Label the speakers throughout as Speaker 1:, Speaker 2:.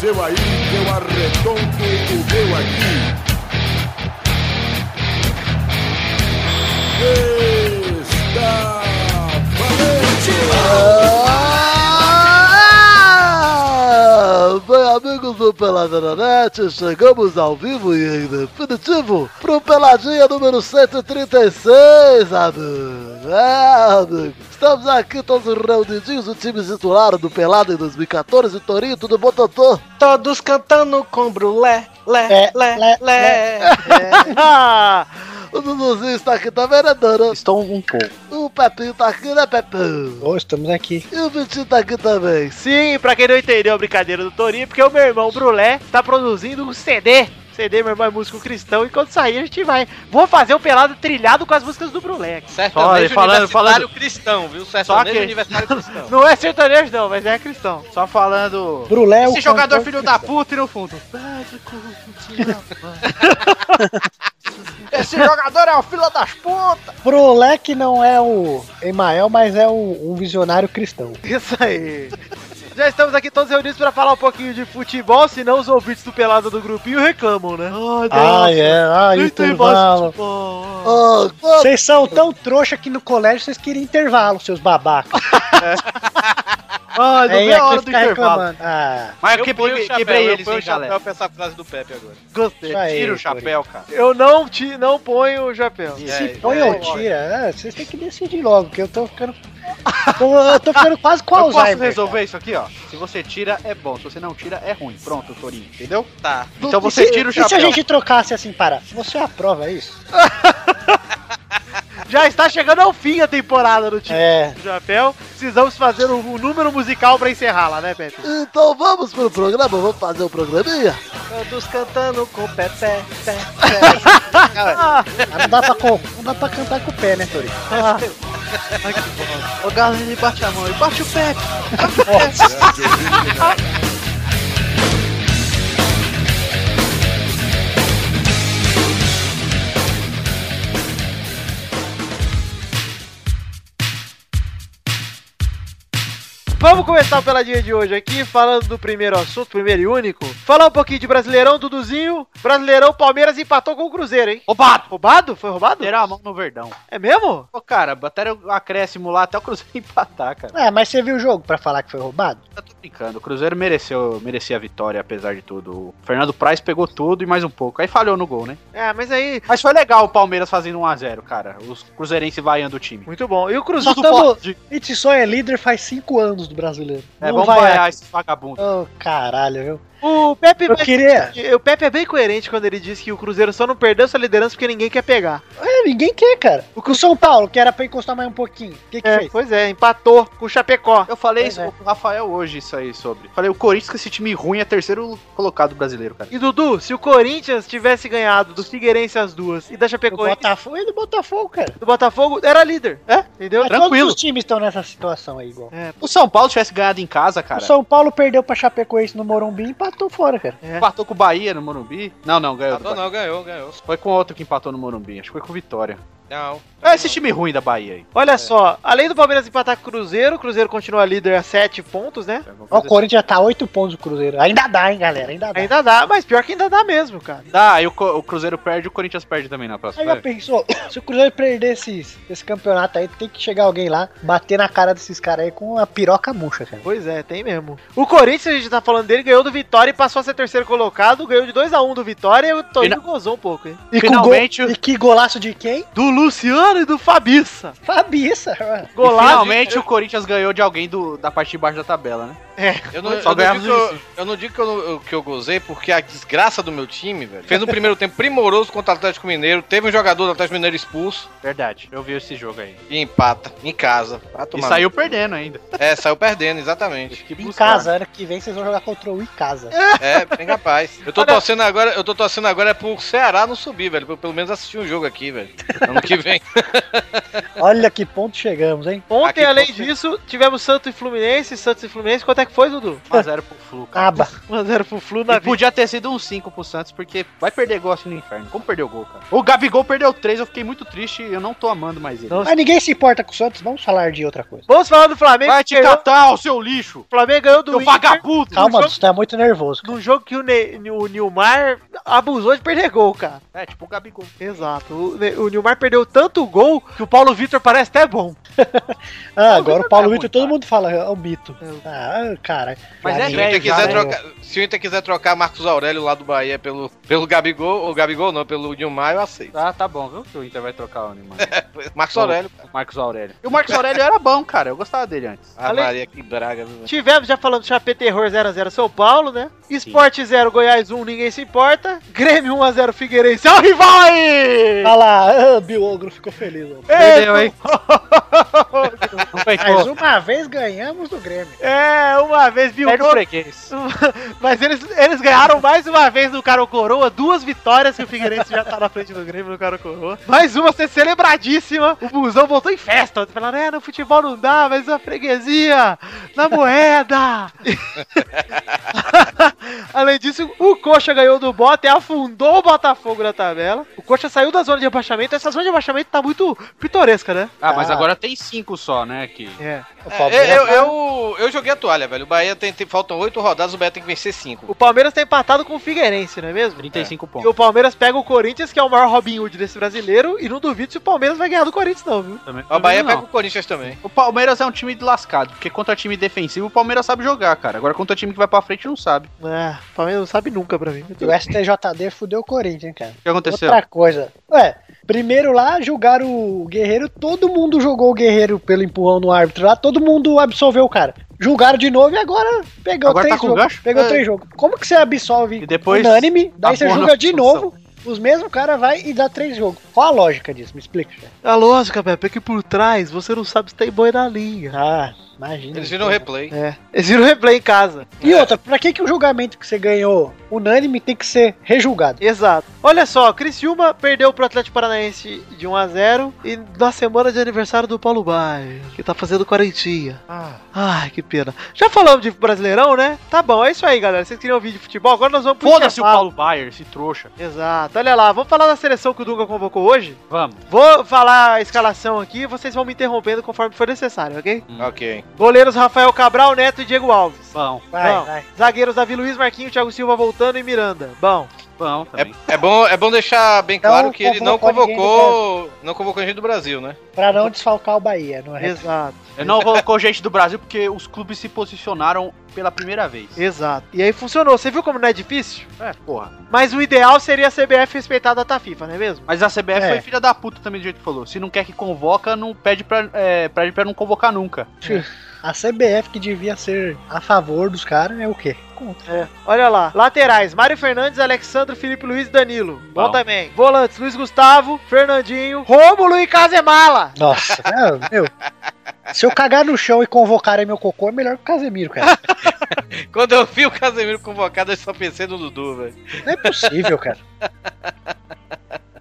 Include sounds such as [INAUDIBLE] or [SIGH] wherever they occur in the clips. Speaker 1: seu aí, que eu arredonto o meu aqui. Está valente!
Speaker 2: Ah! Bem, amigos do Pelada na Net, chegamos ao vivo e em definitivo pro Peladinha número 136, amigo. É, amigo. Estamos aqui todos reunidinhos, o time titular do Pelada em 2014, o Torinho, tudo bom,
Speaker 3: [LAUGHS]
Speaker 2: Totô?
Speaker 4: Todos cantando com brulé, lé,
Speaker 5: Lé,
Speaker 3: É,
Speaker 4: lé, lé.
Speaker 5: lé,
Speaker 3: Ah!
Speaker 2: o Duduzinho está aqui também, né, Dora?
Speaker 5: Estou um pouco.
Speaker 2: O Pepinho tá aqui, né, Pepinho?
Speaker 5: Oh, estamos aqui.
Speaker 2: E o Vitinho tá aqui também.
Speaker 3: Sim, pra quem não entendeu a brincadeira do Torinho, porque o meu irmão Brulé tá produzindo um CD. CD, meu irmão é [LAUGHS] músico cristão, e quando sair a gente vai. Vou fazer um pelado trilhado com as músicas do Brulé.
Speaker 6: Sertanejo
Speaker 3: Só, falando-
Speaker 6: universitário
Speaker 3: falando-
Speaker 6: cristão, viu?
Speaker 3: Só
Speaker 6: Sertanejo
Speaker 3: que- [LAUGHS]
Speaker 6: universitário cristão.
Speaker 3: Não é sertanejo, não, mas é cristão. Só falando.
Speaker 5: Brulé é o
Speaker 3: Esse jogador
Speaker 5: cantor
Speaker 3: filho
Speaker 5: cristão.
Speaker 3: da puta e no fundo.
Speaker 4: [LAUGHS] Esse jogador é o filho das putas.
Speaker 5: Brulé que não é o Emael, mas é o- um visionário cristão.
Speaker 3: Isso aí. Já estamos aqui todos reunidos pra falar um pouquinho de futebol, senão os ouvintes do pelado do grupinho reclamam, né?
Speaker 5: Ah, é. Ah, intervalo.
Speaker 2: Ô, ô,
Speaker 5: Vocês são tão trouxa que no colégio vocês queriam intervalo, seus babacas.
Speaker 3: Ah, não
Speaker 5: Aí
Speaker 3: é a
Speaker 5: aqui
Speaker 3: hora do
Speaker 5: fica
Speaker 3: intervalo.
Speaker 5: reclamando. Ah,
Speaker 3: Mas
Speaker 6: Eu ponho o
Speaker 3: quebrei,
Speaker 6: chapéu,
Speaker 3: quebrei
Speaker 6: eu
Speaker 3: eles,
Speaker 6: ponho
Speaker 3: hein,
Speaker 6: o chapéu
Speaker 3: galera.
Speaker 6: pra essa frase do Pepe agora.
Speaker 3: Gostei.
Speaker 5: isso aí,
Speaker 6: Tira o chapéu, cara.
Speaker 3: Eu não, te, não ponho o chapéu.
Speaker 6: É,
Speaker 5: Põe
Speaker 6: é,
Speaker 5: ou tira? Ah, vocês têm que decidir logo, que eu tô ficando. tô- eu tô ficando quase
Speaker 3: [LAUGHS]
Speaker 5: com
Speaker 6: Eu
Speaker 5: Alzheimer.
Speaker 6: posso resolver isso aqui, ó. Se você tira, é bom. Se você não tira, é ruim. Pronto, Torinho. Entendeu?
Speaker 5: Tá.
Speaker 6: Então você tira o
Speaker 5: E se a
Speaker 6: chapéu.
Speaker 5: gente trocasse assim, para? Você aprova isso?
Speaker 3: [LAUGHS] Já está chegando ao fim a temporada do time
Speaker 5: É.
Speaker 3: do chapéu. Precisamos fazer um, um número musical pra encerrá-la, né, Pepe?
Speaker 2: Então vamos pro programa, vamos fazer o programinha?
Speaker 4: Todos cantando com pé, pé, pé.
Speaker 5: mas Não dá pra, com- não dá pra cantar com o pé, né, Tori?
Speaker 4: O Galo ele bate a mão e bate o pé.
Speaker 3: Vamos começar pela dia de hoje aqui, falando do primeiro assunto, primeiro e único. Falar um pouquinho de Brasileirão, Duduzinho. Brasileirão, Palmeiras empatou com o Cruzeiro, hein?
Speaker 6: Roubado!
Speaker 3: Roubado? Foi roubado?
Speaker 6: Terá a mão no verdão.
Speaker 3: É mesmo?
Speaker 6: Ô, cara, bateram o acréscimo lá até o Cruzeiro [LAUGHS] empatar, cara.
Speaker 5: É, mas você viu o jogo pra falar que foi roubado?
Speaker 6: Eu tô brincando. O Cruzeiro mereceu, merecia a vitória, apesar de tudo. O Fernando Praz pegou tudo e mais um pouco. Aí falhou no gol, né?
Speaker 3: É, mas aí...
Speaker 6: Mas foi legal o Palmeiras fazendo 1x0, cara. Os cruzeirenses vaiando o time.
Speaker 3: Muito bom. E o
Speaker 5: Nós
Speaker 3: Cruzeiro...
Speaker 5: estamos. Gente, só é líder faz 5 anos do brasileiro.
Speaker 6: É,
Speaker 5: não
Speaker 6: vamos
Speaker 5: vai.
Speaker 6: vaiar esses vagabundos.
Speaker 5: Ô, caralho, viu?
Speaker 3: O Pepe...
Speaker 5: Eu
Speaker 3: vai-
Speaker 5: queria.
Speaker 3: O Pepe é bem coerente quando ele diz que o Cruzeiro só não perdeu sua liderança porque ninguém quer pegar.
Speaker 5: É, ninguém quer, cara. O que o São Paulo, que era pra encostar mais um pouquinho, o que, que
Speaker 3: É,
Speaker 5: fez?
Speaker 3: pois é, empatou com o Chapecó.
Speaker 6: Eu falei
Speaker 5: Pois
Speaker 6: isso
Speaker 5: é.
Speaker 6: com o Rafael hoje, isso aí, sobre. Falei, o Corinthians com esse time ruim é terceiro colocado brasileiro, cara.
Speaker 3: E Dudu, se o Corinthians tivesse ganhado do Figueirense as duas e da
Speaker 5: O
Speaker 3: Chapecoense
Speaker 5: Botafogo e do Botafogo, cara.
Speaker 3: do Botafogo, era líder. É? Entendeu?
Speaker 5: Mas
Speaker 6: tranquilo.
Speaker 5: Todos os times estão nessa situação aí, igual.
Speaker 6: O São Paulo tivesse ganhado em casa,
Speaker 5: O
Speaker 6: cara.
Speaker 5: São Paulo perdeu pra Chapecoense no Morumbi e empatou fora, cara.
Speaker 6: né? Empatou com o Bahia no Morumbi. Não, não, ganhou. do
Speaker 7: Empatou
Speaker 6: Bahia.
Speaker 7: não, ganhou, ganhou.
Speaker 6: Foi com outro que empatou no Morumbi. Acho que foi com o Vitória.
Speaker 7: Não.
Speaker 6: É esse time ruim da Bahia aí.
Speaker 3: Olha só, além do Palmeiras empatar com o Cruzeiro, o Cruzeiro continua líder a 7 pontos, né?
Speaker 7: Então,
Speaker 5: Ó,
Speaker 6: assim-
Speaker 5: o Corinthians já tá 8 pontos do Cruzeiro. Ainda dá, hein, galera? Ainda dá.
Speaker 3: Ainda dá, mas pior que ainda dá mesmo,
Speaker 7: assim.
Speaker 3: cara.
Speaker 6: Dá, aí o, Co- o Cruzeiro perde, o Corinthians perde também na próxima.
Speaker 5: Aí já pensou, [CLEARS THROAT] se o Cruzeiro perder esses, esse campeonato aí, tem que chegar alguém lá, bater na cara desses caras aí com uma piroca murcha, cara.
Speaker 3: Pois é, tem mesmo. O Corinthians, a gente tá falando dele, ganhou do Vitória e passou a ser terceiro colocado, ganhou de 2x1 do Vitória e o Toninho gozou um pouco, hein?
Speaker 5: E, com
Speaker 6: Finalmente-
Speaker 5: gol- e que golaço de quem?
Speaker 3: Do Luciano e do Fabiça.
Speaker 5: Fabiça, mano.
Speaker 6: E
Speaker 3: Golaço.
Speaker 5: né?
Speaker 6: finalmente o Corinthians ganhou de alguém do- da parte de baixo da tabela, né?
Speaker 5: É.
Speaker 7: Eu não,
Speaker 6: Só
Speaker 7: eu não
Speaker 6: ganhamos
Speaker 7: digo, que eu, eu não digo que eu, não- eu- que eu gozei, porque a desgraça do meu time, velho, fez um primeiro tempo primoroso contra o Atlético Mineiro, teve um jogador do Atlético Mineiro expulso
Speaker 6: Verdade. Eu vi esse jogo aí.
Speaker 7: e empata em casa. Vai
Speaker 6: E
Speaker 7: tomar
Speaker 6: saiu
Speaker 7: no cu.
Speaker 6: perdendo ainda.
Speaker 7: É, saiu perdendo, exatamente.
Speaker 6: Que
Speaker 5: Em
Speaker 6: buscar.
Speaker 5: casa, ano que vem vocês vão jogar contra o Icasa.
Speaker 7: É, bem capaz. Eu tô
Speaker 3: Olha-
Speaker 7: torcendo agora, eu tô torcendo agora é pro Ceará não subir, velho, pra eu pelo menos assistir um jogo aqui, velho. Ano que vem.
Speaker 5: Olha que ponto chegamos, hein?
Speaker 3: Ontem,
Speaker 7: Aqui,
Speaker 3: além
Speaker 7: pô,
Speaker 3: disso, tivemos Santos e Fluminense, Santos e Fluminense. Quanto é é que foi, Dudu? [LAUGHS]
Speaker 6: 1x0 pro
Speaker 5: [LAUGHS]
Speaker 6: Flu, cara.
Speaker 5: Aba.
Speaker 3: 1x0 pro Flu
Speaker 6: E
Speaker 3: na vida.
Speaker 6: podia ter sido um 5 pro Santos, porque vai perder gol assim no inferno. Como perdeu gol, cara? O Gabigol perdeu 3, eu fiquei muito triste eu não tô amando mais ele.
Speaker 3: Não.
Speaker 5: Mas ninguém se importa com o Santos, vamos falar de outra coisa.
Speaker 3: Vamos falar do Flamengo.
Speaker 6: Vai
Speaker 3: que
Speaker 6: te
Speaker 3: ganhou,
Speaker 6: catar, o seu lixo!
Speaker 3: o Flamengo ganhou do
Speaker 6: Seu
Speaker 3: Inter
Speaker 6: vagabundo!
Speaker 5: Calma,
Speaker 3: jogo-
Speaker 5: você tá muito nervoso. cara.
Speaker 3: num jogo que o, ne o Nilmar abusou de perder gol, cara.
Speaker 6: É, tipo o Gabigol.
Speaker 3: Exato. O, Ne- o Nilmar perdeu tanto gol que o Paulo Vitor parece até bom.
Speaker 5: Ah, agora o Paulo
Speaker 6: tá ruim,
Speaker 5: Vitor, todo
Speaker 6: cara.
Speaker 5: mundo fala, é o Bito. Ah, cara.
Speaker 6: Mas é
Speaker 7: Se
Speaker 5: Flamengo,
Speaker 7: o Inter
Speaker 6: velho já,
Speaker 7: quiser
Speaker 5: né?
Speaker 7: trocar, se o Inter quiser trocar Marcos Aurélio lá do Bahia pelo, pelo Gabigol, ou Gabigol não, pelo Nilmar, eu aceito.
Speaker 6: Ah, tá bom, viu que o Inter vai trocar o [LAUGHS] Neymar.
Speaker 7: Marcos Aurélio.
Speaker 6: Marcos Aurélio. E o Marcos Aurélio era bom, cara. Eu gostava dele antes.
Speaker 7: Ah,
Speaker 3: Ale-
Speaker 7: Maria, que braga, viu? velho?
Speaker 3: Tivemos, já falando, Chapé Terror 0x0 São Paulo, né? Esporte 0, Goiás 1, ninguém se importa. Grêmio 1x0 Figueirense. É o rival
Speaker 6: É.
Speaker 3: aí!
Speaker 5: Olha lá, [LAUGHS] ah, Biogro ficou feliz. ó.
Speaker 6: Perdeu, hein?
Speaker 5: Mais uma vez ganhamos do Grêmio.
Speaker 3: É, uma vez, viu?
Speaker 6: Perde o freguês.
Speaker 3: [LAUGHS] Mas eles, eles ganharam mais uma vez no Caro Coroa, duas vitórias que o Figueirense já tá na frente do Grêmio no Caro Coroa. Mais uma ser celebradíssima. O busão voltou em festa. Falaram, é, no futebol não dá, mas a freguesia na moeda. [LAUGHS] Além disso, o Coxa ganhou do Bota e afundou o Botafogo na tabela. O Coxa saiu da zona de rebaixamento. Essa zona de rebaixamento tá muito pitoresca, né?
Speaker 6: Ah, mas agora tem cinco só, né? Que...
Speaker 3: É.
Speaker 5: O
Speaker 7: É,
Speaker 5: Palmeiras
Speaker 7: eu, eu, eu joguei a toalha, velho. O Bahia tem, tem- faltam oito rodadas, o Bahia tem que vencer cinco.
Speaker 3: O Palmeiras tá empatado com o Figueirense, não é mesmo?
Speaker 6: 35
Speaker 3: E
Speaker 6: pontos.
Speaker 3: o Palmeiras pega o Corinthians, que é o maior Robin Hood desse brasileiro, e não duvido se o Palmeiras vai ganhar do Corinthians, não, viu?
Speaker 6: Também-
Speaker 7: O Bahia
Speaker 6: também não.
Speaker 7: pega o Corinthians também.
Speaker 6: O Palmeiras é um time de lascado, porque contra time defensivo o Palmeiras sabe jogar, cara. Agora contra time que vai pra frente não sabe.
Speaker 3: É, o Palmeiras não sabe nunca pra mim.
Speaker 5: E o STJD fudeu o Corinthians, hein, cara.
Speaker 6: O que aconteceu?
Speaker 5: Outra coisa. Ué, primeiro lá julgaram o Guerreiro, todo mundo jogou o Guerreiro pelo empurrão no árbitro lá, todo mundo absolveu o cara. Julgaram de novo e agora pegou
Speaker 6: Agora tá
Speaker 5: três
Speaker 6: com
Speaker 5: jogos.
Speaker 6: gancho?
Speaker 5: Pegou
Speaker 6: É.
Speaker 5: três jogos. Como que você absolve
Speaker 6: E depois
Speaker 5: unânime, daí você
Speaker 6: abona
Speaker 5: julga
Speaker 6: a
Speaker 5: de
Speaker 6: função.
Speaker 5: novo, os mesmos cara vai e dá três jogos. Qual a lógica disso? Me explica. cara.
Speaker 3: A lógica, Pepe, é que por trás você não sabe se tem boi na linha.
Speaker 5: Ah, imagina. Então, né?
Speaker 7: Eles viram um É. o replay.
Speaker 3: É. Eles viram replay em casa.
Speaker 5: E outra, pra que, que o julgamento que você ganhou unânime tem que ser rejulgado?
Speaker 3: Exato. Olha só, Criciúma perdeu pro Atlético Paranaense de 1 a 0 e na semana de aniversário do Paulo Baia, que tá fazendo quarentinha.
Speaker 7: Ah.
Speaker 3: Ai, que pena. Já falamos de Brasileirão, né? Tá bom, é isso aí, galera. Vocês queriam ouvir de futebol? Agora nós vamos pro
Speaker 6: Foda-se o
Speaker 3: intervalo.
Speaker 6: Paulo Baier, esse trouxa.
Speaker 3: Exato. Olha lá, vamos falar da seleção que o Dunga convocou hoje?
Speaker 6: Vamos.
Speaker 3: Vou falar a escalação aqui e vocês vão me interrompendo conforme for necessário, ok?
Speaker 7: Ok.
Speaker 3: Goleiros Rafael Cabral, Neto e Diego Alves.
Speaker 6: Bom,
Speaker 5: Vai,
Speaker 3: Não.
Speaker 5: vai.
Speaker 3: Zagueiros Davi Luiz, Marquinhos, Thiago Silva voltando e Miranda. Bom,
Speaker 6: bom também.
Speaker 7: É bom, é bom deixar bem claro
Speaker 5: Não
Speaker 7: que ele não
Speaker 5: convocou ninguém do
Speaker 7: convocou. Não convocou ninguém do Brasil, né?
Speaker 5: Pra não desfalcar o Bahia, não é?
Speaker 3: tá exato,
Speaker 6: Eu não colocou gente do Brasil porque os clubes se posicionaram pela primeira vez.
Speaker 3: exato. E aí funcionou. Você viu como não é difícil?
Speaker 6: É, porra.
Speaker 3: Mas o ideal seria a CBF respeitar a data FIFA, não é mesmo?
Speaker 6: Mas a CBF
Speaker 5: É.
Speaker 6: foi filha da puta também, do jeito que falou. Se não quer que convoca, não pede pra, é, pede pra não convocar nunca.
Speaker 5: A CBF que devia ser a favor dos caras é o quê? Contra.
Speaker 3: Olha lá. Laterais: Mário Fernandes, Alexandre, Felipe Luiz e Danilo. Bom,
Speaker 6: Bom.
Speaker 3: também. Volantes: Luiz Gustavo, Fernandinho, Rômulo e Casemala.
Speaker 5: Nossa, [LAUGHS] é, meu. Se eu cagar no chão e convocarem meu cocô, é melhor que o Casemiro, cara.
Speaker 7: Quando eu vi o Casemiro convocado, eu só pensei no Dudu,
Speaker 3: [LAUGHS]
Speaker 7: velho.
Speaker 5: Não é
Speaker 7: [LAUGHS]
Speaker 5: possível, cara.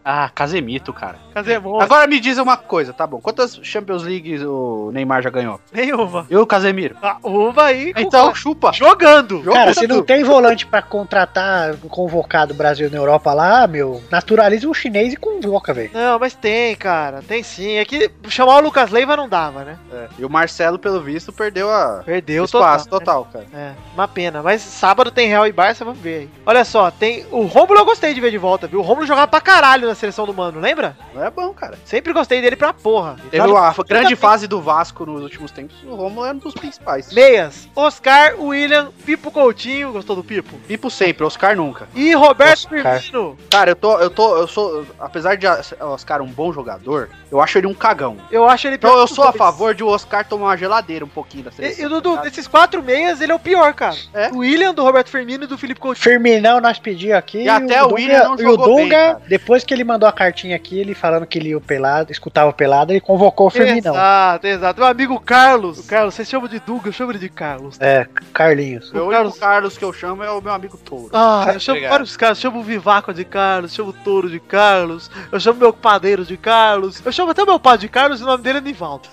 Speaker 6: Ah, Casemito, cara.
Speaker 3: Casemiro.
Speaker 6: Agora me diz uma coisa, tá bom. Quantas Champions Leagues o Neymar já ganhou?
Speaker 3: Nenhuma.
Speaker 6: Eu, Casemiro.
Speaker 3: Ah, Uma aí.
Speaker 6: Então, chupa.
Speaker 3: Jogando.
Speaker 5: Cara, se não tem volante pra contratar convocado Brasil na Europa lá, meu, naturaliza o chinês e convoca, velho.
Speaker 3: Não, mas tem, cara. Tem sim. É que chamar o Lucas Leiva não dava, né?
Speaker 6: E o Marcelo, pelo visto, perdeu a
Speaker 3: Perdeu
Speaker 6: espaço
Speaker 3: total.
Speaker 6: total, cara.
Speaker 3: É, uma pena. Mas sábado tem Real e Barça, vamos ver aí. Olha só, tem. O Romulo eu gostei de ver de volta, viu? O Romulo jogava pra caralho na seleção do mano, lembra?
Speaker 6: Não é bom, cara.
Speaker 3: Sempre gostei dele pra porra. Ele
Speaker 6: Teve
Speaker 3: tá no-
Speaker 6: uma grande
Speaker 3: bem.
Speaker 6: fase do Vasco nos últimos tempos. O Romulo é um dos principais.
Speaker 3: Meias, Oscar, William, Pipo Coutinho, gostou do Pipo?
Speaker 6: Pipo sempre, Oscar nunca.
Speaker 3: E Roberto
Speaker 5: Oscar.
Speaker 3: Firmino.
Speaker 6: Cara, eu tô, eu tô, eu sou, apesar de o Oscar um bom jogador, eu acho ele um cagão.
Speaker 3: Eu acho ele
Speaker 6: Então
Speaker 3: pior
Speaker 6: eu
Speaker 3: que os
Speaker 6: sou a
Speaker 3: dois.
Speaker 6: favor de o Oscar tomar uma geladeira um pouquinho da
Speaker 3: E,
Speaker 6: seleção.
Speaker 3: e o Dudu,
Speaker 6: tá ligado?
Speaker 3: desses quatro meias, ele é o pior, cara.
Speaker 6: É?
Speaker 3: O William, do Roberto Firmino e do Felipe Coutinho.
Speaker 5: Firminão nós pedimos aqui.
Speaker 6: E até o Willian não
Speaker 5: e o
Speaker 6: jogou bem,
Speaker 5: Dunga,
Speaker 6: cara.
Speaker 5: depois que ele mandou a cartinha aqui, ele falando que ele ia o pelado, escutava o pelado, ele convocou o Firminão.
Speaker 3: Exato, exato. Meu amigo Carlos. O Carlos, vocês chamam de Duga, eu chamo ele de Carlos.
Speaker 5: É, Carlinhos.
Speaker 6: Meu
Speaker 3: o
Speaker 6: único
Speaker 3: Carlos-
Speaker 6: Carlos... que eu chamo é o meu amigo Touro.
Speaker 3: Ah, eu chamo
Speaker 7: Obrigado.
Speaker 3: vários caras. Chamo o Vivaco de Carlos, chamo o Touro de Carlos, eu chamo meu padeiro de Carlos, eu chamo até meu pai de Carlos e o nome dele é Nivaldo.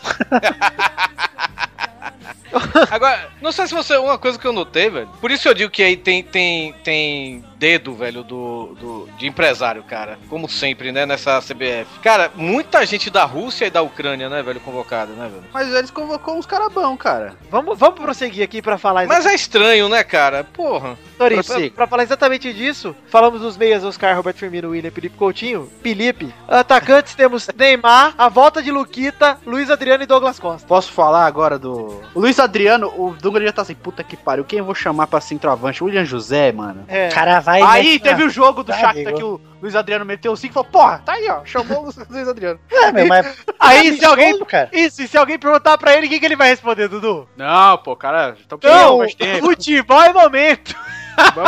Speaker 7: Agora, não sei se você. Uma coisa que eu notei, velho. Por isso eu digo que aí tem, tem, tem dedo, velho, do, do, de empresário, cara. Como sempre, né? Nessa CBF. Cara, muita gente da Rússia e da Ucrânia, né, velho? Convocada, né, velho?
Speaker 6: Mas eles convocou uns caras bons, cara.
Speaker 3: Vamos, vamos prosseguir aqui pra falar
Speaker 7: Mas é estranho, né, cara? Porra.
Speaker 3: Torinho, pra,
Speaker 6: Prossiga.
Speaker 3: pra falar exatamente disso, falamos dos meias Oscar, Roberto Firmino, William, Felipe Coutinho, Felipe. Atacantes temos Neymar, a volta de Luquita, Luiz Adriano e Douglas Costa.
Speaker 6: Posso falar agora do. O Luiz Adriano, o Douglas já tá assim, puta que pariu, quem eu vou chamar pra centroavante? O William José, mano.
Speaker 3: É.
Speaker 5: O cara vai.
Speaker 6: Aí né?
Speaker 5: nessa-
Speaker 6: teve o jogo do
Speaker 5: Tá,
Speaker 6: Shakhtar
Speaker 5: amigo.
Speaker 6: que o Luiz Adriano meteu o 5 e falou, porra, tá aí, ó, chamou o [LAUGHS] Luiz Adriano.
Speaker 5: Ah, meu, mas-
Speaker 3: Aí se alguém
Speaker 5: Absurdo, cara.
Speaker 3: Isso, e se alguém perguntar pra ele, o que, que ele vai responder, Dudu?
Speaker 6: Não, pô, cara, tô
Speaker 3: Não,
Speaker 6: mas tem.
Speaker 3: Então, futebol é momento. [LAUGHS]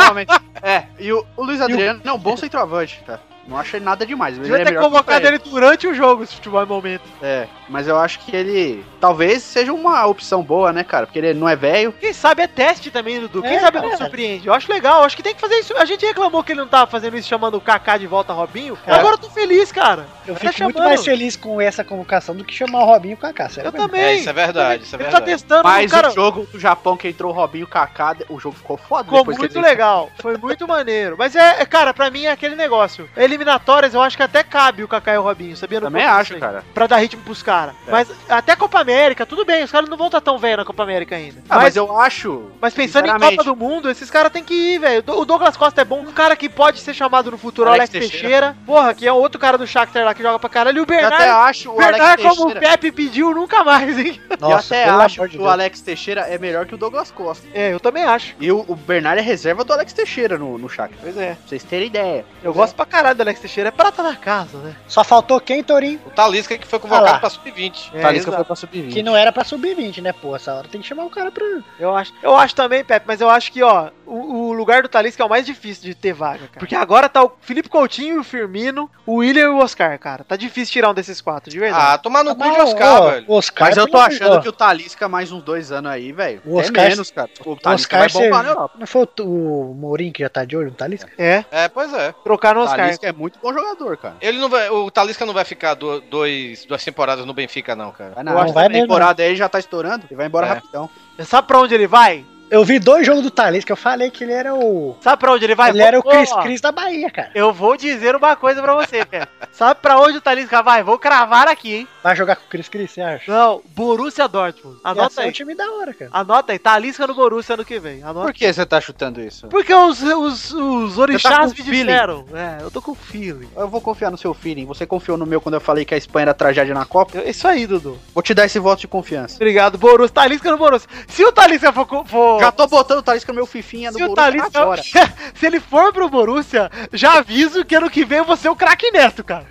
Speaker 6: É, e o, o Luiz Adriano é um bom centroavante, cara. Não acho ele nada demais. mas ele
Speaker 3: Devia
Speaker 6: é
Speaker 3: ter
Speaker 6: melhor que o
Speaker 3: convocado
Speaker 6: Fred.
Speaker 3: ele durante o jogo, se futebol é momento.
Speaker 6: É, mas eu acho que ele talvez seja uma opção boa, né, cara? Porque ele não é velho.
Speaker 3: Quem sabe é teste também, Dudu. Quem
Speaker 5: É,
Speaker 3: sabe não
Speaker 5: cara.
Speaker 3: surpreende. Eu acho legal, eu acho que tem que fazer isso. A gente reclamou que ele não tava fazendo isso, chamando o Kaká de volta, Robinho.
Speaker 6: É.
Speaker 3: Agora eu tô feliz, cara.
Speaker 5: Eu
Speaker 3: Tá
Speaker 5: fico muito
Speaker 3: chamando.
Speaker 5: mais feliz com essa convocação do que chamar o Robinho e o Kaká, sério.
Speaker 3: Eu
Speaker 5: mesmo.
Speaker 3: também.
Speaker 7: É, isso é verdade, isso é
Speaker 3: Ele tá
Speaker 7: verdade.
Speaker 3: testando,
Speaker 6: Mas
Speaker 3: cara.
Speaker 6: o jogo do Japão que entrou o Robinho Kaká, o jogo ficou foda.
Speaker 3: Ficou
Speaker 6: depois que
Speaker 3: muito
Speaker 6: ele-
Speaker 3: legal, foi muito maneiro. Mas é, é, cara, pra mim é aquele negócio. Eliminatórias eu acho que até cabe o Kaká e o Robinho, sabia? No
Speaker 6: Também
Speaker 3: Copa,
Speaker 6: acho,
Speaker 3: assim,
Speaker 6: cara.
Speaker 3: Pra dar ritmo pros caras.
Speaker 6: É.
Speaker 3: Mas até Copa América, tudo bem, os caras não vão estar tão velhos na Copa América ainda.
Speaker 6: Ah, mas,
Speaker 3: mas,
Speaker 6: eu acho.
Speaker 3: mas pensando em
Speaker 6: sinceramente-
Speaker 3: Copa do Mundo, esses caras têm que ir, velho. O Douglas Costa é bom, um cara que pode ser chamado no futuro, Alex,
Speaker 6: Alex
Speaker 3: Teixeira. Porra, que é outro cara do Shakhtar lá que joga pra caralho. E o
Speaker 6: Eu até
Speaker 3: Bernardo,
Speaker 6: acho o Alex
Speaker 3: Bernardo como o
Speaker 6: Teixeira.
Speaker 3: Pepe pediu, nunca mais, hein?
Speaker 5: Nossa,
Speaker 6: eu até
Speaker 5: pelo
Speaker 6: acho
Speaker 5: amor
Speaker 6: que
Speaker 5: de
Speaker 6: o
Speaker 5: Deus.
Speaker 6: Alex Teixeira é melhor que o Douglas Costa.
Speaker 3: É, eu também acho.
Speaker 6: E o, o Bernard é reserva do Alex Teixeira no, no Shakhtar. Pra
Speaker 3: Pois é.
Speaker 6: vocês terem ideia.
Speaker 3: Eu gosto pra caralho do Alex Teixeira, é prata da casa, né?
Speaker 5: Só faltou quem, Torinho?
Speaker 7: O Talisca que foi
Speaker 5: Ah
Speaker 7: convocado
Speaker 5: lá.
Speaker 7: pra sub-20.
Speaker 3: É,
Speaker 6: Talisca
Speaker 3: exato.
Speaker 6: foi pra sub-20.
Speaker 5: Que não era pra subir 20, né? Pô, essa hora tem que chamar o cara pra.
Speaker 3: Eu acho, eu acho também, Pepe, mas eu acho que, ó, o, o lugar do Talisca é o mais difícil de ter vaga, cara. Porque agora tá o Felipe Coutinho, o Firmino, o William e o Oscar, cara. Tá difícil tirar um desses quatro, de verdade.
Speaker 7: Ah, tomar no cu de
Speaker 5: Mas,
Speaker 7: Oscar,
Speaker 5: ó,
Speaker 7: velho.
Speaker 5: O Oscar,
Speaker 6: Mas eu tô
Speaker 5: pelo amor de
Speaker 6: achando
Speaker 5: Deus.
Speaker 6: que o Talisca mais uns dois anos aí, velho.
Speaker 5: O
Speaker 6: Até
Speaker 5: Oscar-
Speaker 6: menos, cara. O
Speaker 5: O
Speaker 6: Talisca é
Speaker 5: Oscar
Speaker 6: vai bombar
Speaker 5: você-
Speaker 6: na Europa.
Speaker 5: Não foi o, o Mourinho que já tá de olho no Talisca?
Speaker 3: É,
Speaker 7: É, pois é.
Speaker 3: trocar no
Speaker 6: O
Speaker 3: Oscar.
Speaker 6: Talisca é muito bom jogador, cara.
Speaker 7: Ele não vai, o Talisca não vai ficar do- dois, duas temporadas no Benfica, não, cara.
Speaker 6: Vai na
Speaker 5: Não
Speaker 6: Austria,
Speaker 5: vai
Speaker 6: a
Speaker 5: mesmo,
Speaker 6: temporada aí já tá estourando e vai embora
Speaker 7: É.
Speaker 6: rapidão.
Speaker 3: Sabe pra onde ele vai?
Speaker 5: Eu vi dois jogos do Talisca, eu falei que ele era o.
Speaker 3: Sabe pra onde ele vai?
Speaker 5: ele era o
Speaker 3: Vou-
Speaker 5: Cris
Speaker 3: ó,
Speaker 5: Cris da Bahia, cara.
Speaker 3: Eu vou dizer uma coisa pra você, Pepe. Sabe pra onde o Talisca vai? Vou cravar aqui, hein?
Speaker 5: Vai jogar com o Cris Cris, você acha?
Speaker 3: Não, Borussia Dortmund. Anota
Speaker 5: Esse é um
Speaker 3: aí. Ah,
Speaker 5: time da hora, cara.
Speaker 3: Anota aí, Talisca no Borussia ano que vem. Anota.
Speaker 6: Por que você tá chutando isso?
Speaker 3: Porque os, os, os orixás
Speaker 6: tá com
Speaker 3: me
Speaker 6: feeling.
Speaker 3: disseram. É, eu tô com feeling.
Speaker 6: Eu vou confiar no seu feeling. Você confiou no meu quando eu falei que a Espanha era tragédia na Copa?
Speaker 3: É isso aí, Dudu.
Speaker 6: Vou te dar esse voto de confiança.
Speaker 3: Obrigado, Borussia. Talisca no Borussia. Se o Talisca for. co- for-
Speaker 6: Já tô botando o Talisca no meu fifinha no
Speaker 3: se o
Speaker 6: Borussia
Speaker 2: [LAUGHS]
Speaker 3: Talisca.
Speaker 6: agora.
Speaker 3: [LAUGHS] se ele for pro Borussia, já aviso que ano que vem eu vou ser o craque neto, cara.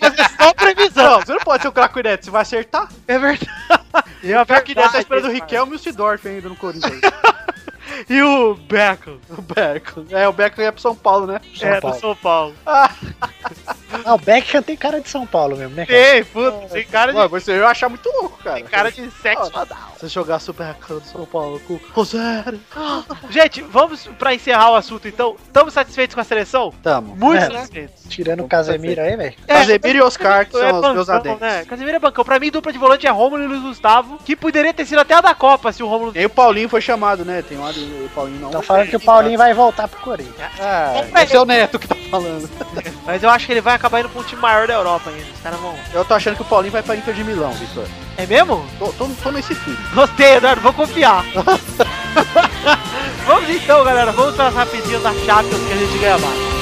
Speaker 3: Mas é só previsão.
Speaker 6: Não, você não pode ser o craque neto, você vai acertar.
Speaker 3: É verdade. [LAUGHS] E o
Speaker 6: Craque neto tá esperando o Riquelme e o Sidorf ainda no Corinthians.
Speaker 3: E o Beckham.
Speaker 6: [LAUGHS] o Beckham. É, o Beckham ia pro São Paulo, né?
Speaker 5: São
Speaker 3: é,
Speaker 5: Paulo.
Speaker 3: do São Paulo.
Speaker 5: Ah, o Beckham tem cara de São Paulo mesmo, né, cara?
Speaker 3: Tem, puta, tem cara de.
Speaker 6: Mano, você eu ia achar muito louco, cara.
Speaker 3: Tem cara de sexo.
Speaker 6: Você jogar Super Hackan do São Paulo com Rosário.
Speaker 3: Gente, vamos pra encerrar o assunto então. Estamos satisfeitos com a seleção?
Speaker 6: Tamo.
Speaker 3: Muito
Speaker 5: É,
Speaker 3: satisfeitos.
Speaker 5: Tirando o Casemiro aí, velho.
Speaker 3: É,
Speaker 6: Casemiro e Oscar, que
Speaker 3: é
Speaker 6: são os meus
Speaker 3: bancão,
Speaker 6: adeptos.
Speaker 3: né? Casemiro é bancão. Pra mim, dupla de volante é Rômulo e Luiz Gustavo, que poderia ter sido até a da Copa se o Rômulo.
Speaker 6: E aí o Paulinho foi chamado, né? Tem uma do Paulinho não.
Speaker 5: Tá falando que o Paulinho vai voltar pro Corinthians.
Speaker 6: Ah, esse é o Neto que tá falando.
Speaker 3: Mas eu acho que ele vai acabar indo pra um time maior da Europa ainda. Os caras vão.
Speaker 6: Eu tô achando que o Paulinho vai pra Inter de Milão, Vitor.
Speaker 3: É mesmo?
Speaker 6: Tô, tô, tô nesse filme.
Speaker 3: Gostei, Eduardo, vou confiar. [LAUGHS] vamos então, galera, vamos para as rapidinhas da Champions que a gente ganha mais.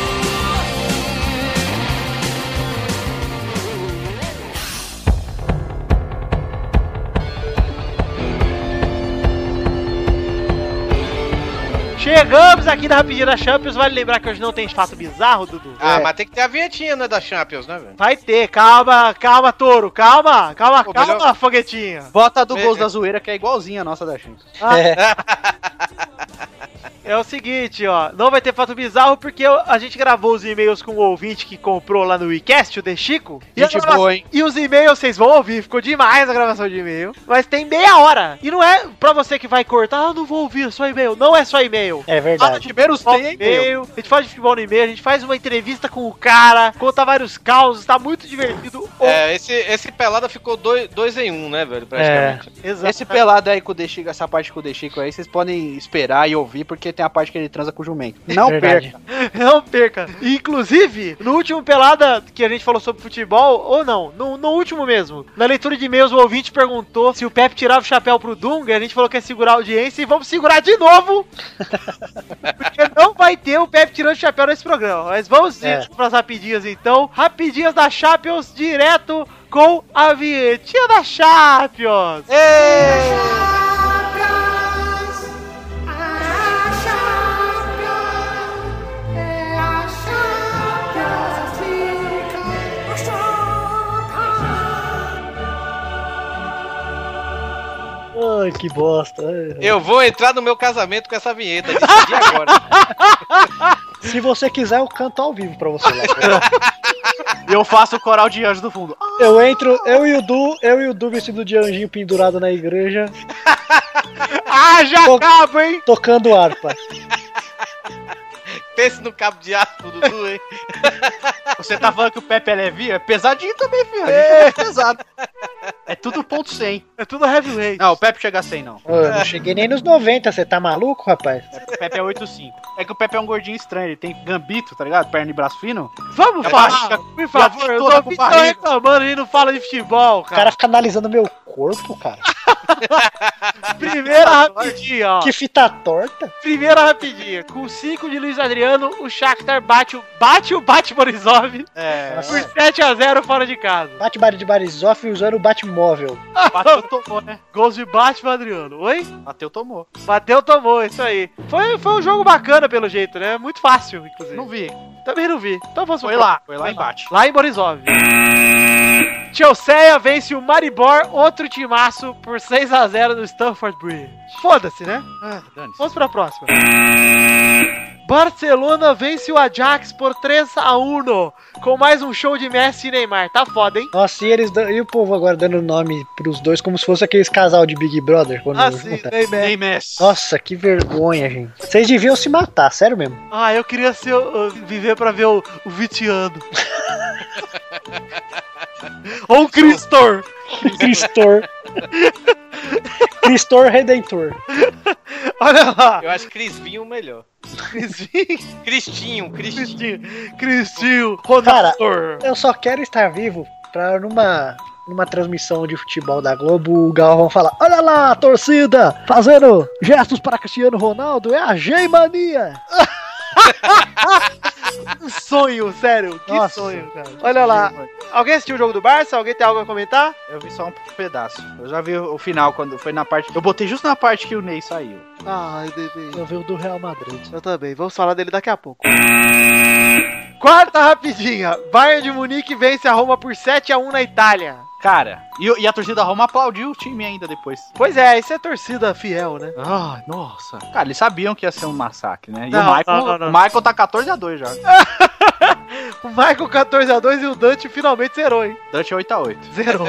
Speaker 3: Chegamos aqui na Rapidinha da Champions. Vale lembrar que hoje não tem fato bizarro, Dudu.
Speaker 7: Ah, mas tem que ter a vinhetinha, né, da Champions, né, velho?
Speaker 3: Vai ter, calma, calma, touro, calma, calma,
Speaker 7: Pô,
Speaker 3: calma,
Speaker 7: melhor-
Speaker 3: foguetinha.
Speaker 6: Bota a do
Speaker 7: Me-
Speaker 6: Gols da Zoeira, que é igualzinha a nossa da gente.
Speaker 3: Ah,
Speaker 5: É.
Speaker 3: É o seguinte, ó. Não vai ter fato bizarro porque eu- a gente gravou os e-mails com o ouvinte que comprou lá no WeCast, o The Chico. e, a
Speaker 6: Gente
Speaker 3: grava-
Speaker 6: boa, hein?
Speaker 3: e os e-mails vocês vão ouvir. Ficou demais a gravação de e-mail. Mas tem meia hora. E não é pra você que vai cortar, ah, não vou ouvir, é só e-mail. Não é só e-mail.
Speaker 5: É
Speaker 3: Fala
Speaker 5: verdade.
Speaker 3: de
Speaker 6: Primeiro
Speaker 3: futebol
Speaker 6: tem
Speaker 3: no
Speaker 6: e-mail.
Speaker 3: e-mail, a gente faz de futebol no e-mail, a gente faz uma entrevista com o cara, conta vários causos, tá muito divertido.
Speaker 7: É, esse, esse pelada ficou dois, dois em um, né, velho?
Speaker 6: É,
Speaker 7: Praticamente.
Speaker 3: Exato.
Speaker 6: Esse pelado aí com o Dechico, essa parte com o Dechico aí, vocês podem esperar e ouvir, porque tem a parte que ele transa com o jumento. Não
Speaker 5: Verdade.
Speaker 6: perca.
Speaker 3: [LAUGHS] Não perca. E, Inclusive, no último pelada que a gente falou sobre futebol, ou não, no, no último mesmo, na leitura de e-mails, o ouvinte perguntou se o Pepe tirava o chapéu pro Dunga, e a gente falou que ia segurar a audiência, e vamos segurar de
Speaker 6: [LAUGHS]
Speaker 3: novo! Porque não vai ter o Pepe tirando o chapéu nesse programa. Mas vamos
Speaker 5: É.
Speaker 3: ir pras rapidinhas então. Rapidinhas da Champions, direto com a vinhetinha da Champions!
Speaker 6: É.
Speaker 5: Ai, que bosta.
Speaker 7: Eu vou entrar no meu casamento com essa vinheta, decidi agora.
Speaker 5: Se você quiser, eu canto ao vivo pra você lá.
Speaker 3: E eu faço o coral de anjo do fundo.
Speaker 5: Eu entro, eu e o Du, eu e o Du vestido de anjinho pendurado na igreja,
Speaker 3: [LAUGHS] Ah, já
Speaker 5: Pô.
Speaker 3: acabo, hein?
Speaker 5: tocando harpa.
Speaker 7: Pense no cabo de aço do Dudu, hein?
Speaker 6: Você tá falando que o Pepe é levinho? É pesadinho também, filho. A gente é pesado. É tudo ponto 100.
Speaker 3: É tudo heavyweight.
Speaker 6: Não, o Pepe chega a 100, não.
Speaker 5: Ô, Eu não cheguei nem nos 90, você tá maluco, rapaz?
Speaker 6: O Pepe é 8,5. É que o Pepe é um gordinho estranho, ele tem gambito, tá ligado? Perna e braço fino.
Speaker 3: Vamos
Speaker 6: É
Speaker 3: falar,
Speaker 6: barriga.
Speaker 3: por favor.
Speaker 6: Já
Speaker 3: Eu
Speaker 6: toda
Speaker 3: tô
Speaker 6: com
Speaker 3: então
Speaker 6: barriga.
Speaker 3: reclamando e não fala de futebol,
Speaker 5: O cara
Speaker 3: cara.
Speaker 5: fica analisando meu corpo, cara.
Speaker 3: Primeira rapidinha, ó.
Speaker 5: Que fita torta.
Speaker 3: Primeira rapidinha. Com 5 de Luiz Adriano, o Shakhtar bate o, bate o Bate Borisov
Speaker 6: É,
Speaker 3: por 7x0 fora de [LAUGHS] casa.
Speaker 5: Bate bari de Barizoff usando o Batmóvel.
Speaker 6: bateu, tomou, né?
Speaker 3: Gols de Batman Adriano. Oi?
Speaker 6: Bateu, tomou.
Speaker 3: Bateu, tomou, isso aí. Foi, foi um jogo bacana pelo jeito, né? Muito fácil, inclusive.
Speaker 6: Não vi.
Speaker 3: Também não vi. Então vamos
Speaker 6: Foi
Speaker 3: pro-
Speaker 6: lá, foi lá embate.
Speaker 3: Lá em Borisov. Chelsea vence o Maribor, outro timaço, por 6x0 no Stamford Bridge. Foda-se, né? Vamos pra próxima. Barcelona vence o Ajax por 3x1, com mais um show de Messi e Neymar. Tá foda, hein?
Speaker 5: Nossa, e eles dan- e o povo agora dando nome pros dois como se fosse aqueles casal de Big Brother quando
Speaker 3: Ah,
Speaker 5: eles
Speaker 3: sim,
Speaker 5: juntam.
Speaker 3: Neymar.
Speaker 6: Nem Messi.
Speaker 5: Nossa, que vergonha, gente. Vocês deviam se matar, sério mesmo.
Speaker 3: [LAUGHS] Ah, eu queria ser, o- o- viver pra ver o, o
Speaker 6: [LAUGHS]
Speaker 3: Vitiano. Ou o Cristor. [LAUGHS]
Speaker 5: Cristor. Cristor Redentor.
Speaker 3: Olha lá.
Speaker 7: Eu acho Crisvinho o melhor.
Speaker 6: [LAUGHS]
Speaker 3: Cristinho,
Speaker 7: Cristinho, Cristinho.
Speaker 3: Cristinho, Cristinho,
Speaker 5: Cara,
Speaker 3: Ronaldo.
Speaker 5: Eu só quero estar vivo pra numa, numa transmissão de futebol da Globo o Galvão falar: Olha lá, a torcida, fazendo gestos para Cristiano Ronaldo, é a Geimania.
Speaker 3: Um sonho, sério. Que
Speaker 5: Nossa.
Speaker 3: sonho, cara. Olha lá. Alguém assistiu o jogo do Barça? Alguém tem algo a comentar?
Speaker 6: Eu vi só um pedaço. Eu já vi o final quando foi na parte. Eu botei justo na parte que o Ney saiu.
Speaker 3: Ai, bebê.
Speaker 5: Eu vi o do Real Madrid.
Speaker 3: Eu também. Vamos falar dele daqui a pouco. Quarta rapidinha. Bayern de Munique vence a Roma por 7x1 na Itália.
Speaker 6: Cara, e, e a torcida da Roma aplaudiu o time ainda depois.
Speaker 3: Pois é, isso é torcida fiel, né?
Speaker 6: Ah, nossa. Cara, eles sabiam que ia ser um massacre, né? E
Speaker 3: Não,
Speaker 6: o, Michael,
Speaker 3: não, não, não.
Speaker 6: o Michael tá 14 a 2 já.
Speaker 3: O Michael 14x2 e o Dante finalmente zerou, hein?
Speaker 6: Dante 8 a 8.
Speaker 3: Zerou.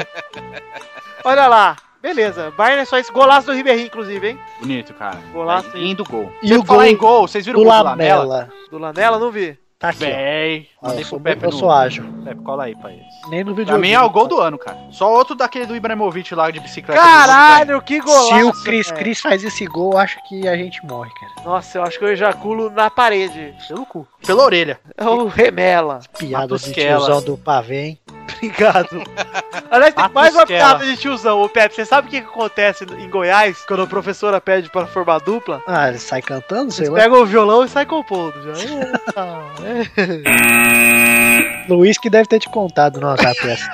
Speaker 3: Olha lá. Beleza. Bayern é só isso. Golaço do Ribeirinho, inclusive, hein?
Speaker 6: Bonito, cara.
Speaker 3: Golaço, hein?
Speaker 6: Lindo gol.
Speaker 5: E
Speaker 6: Você
Speaker 5: o
Speaker 6: falar
Speaker 5: gol
Speaker 6: em gol, vocês viram
Speaker 5: do
Speaker 6: o gol do Lamela?
Speaker 5: Lamela.
Speaker 3: Do Lanella, não vi.
Speaker 5: Tá aqui. ó.
Speaker 6: Bem,
Speaker 5: Ah, eu
Speaker 6: mandei
Speaker 5: sou,
Speaker 6: pro
Speaker 5: eu
Speaker 6: Pepe
Speaker 5: sou
Speaker 6: no...
Speaker 5: ágil.
Speaker 6: Pepe, cola aí pra eles.
Speaker 5: Nem no vídeo.
Speaker 6: Pra mim é o gol do ano, cara. Só outro daquele do Ibrahimovic lá de bicicleta.
Speaker 3: Caralho, que golaço.
Speaker 5: Se o Cris
Speaker 3: velho.
Speaker 5: Cris faz esse gol, eu acho que a gente morre, cara.
Speaker 3: Nossa, eu acho que eu ejaculo na parede.
Speaker 6: Pelo cu. Pela orelha.
Speaker 3: É o remela.
Speaker 5: Piada de
Speaker 6: Matusquela.
Speaker 5: tiozão do pavê,
Speaker 6: [LAUGHS]
Speaker 5: hein?
Speaker 3: Obrigado. Aliás, tem mais uma
Speaker 6: Matusquela.
Speaker 3: piada de tiozão. Ô, Pepe, você sabe o que que acontece em Goiás quando a professora pede pra formar dupla?
Speaker 5: Ah, ele sai cantando, sei
Speaker 3: Eles
Speaker 5: lá.
Speaker 3: pegam o violão e saem compondo. Já. Eita, é.
Speaker 6: [LAUGHS]
Speaker 5: Luiz que deve ter te contado nossa peça.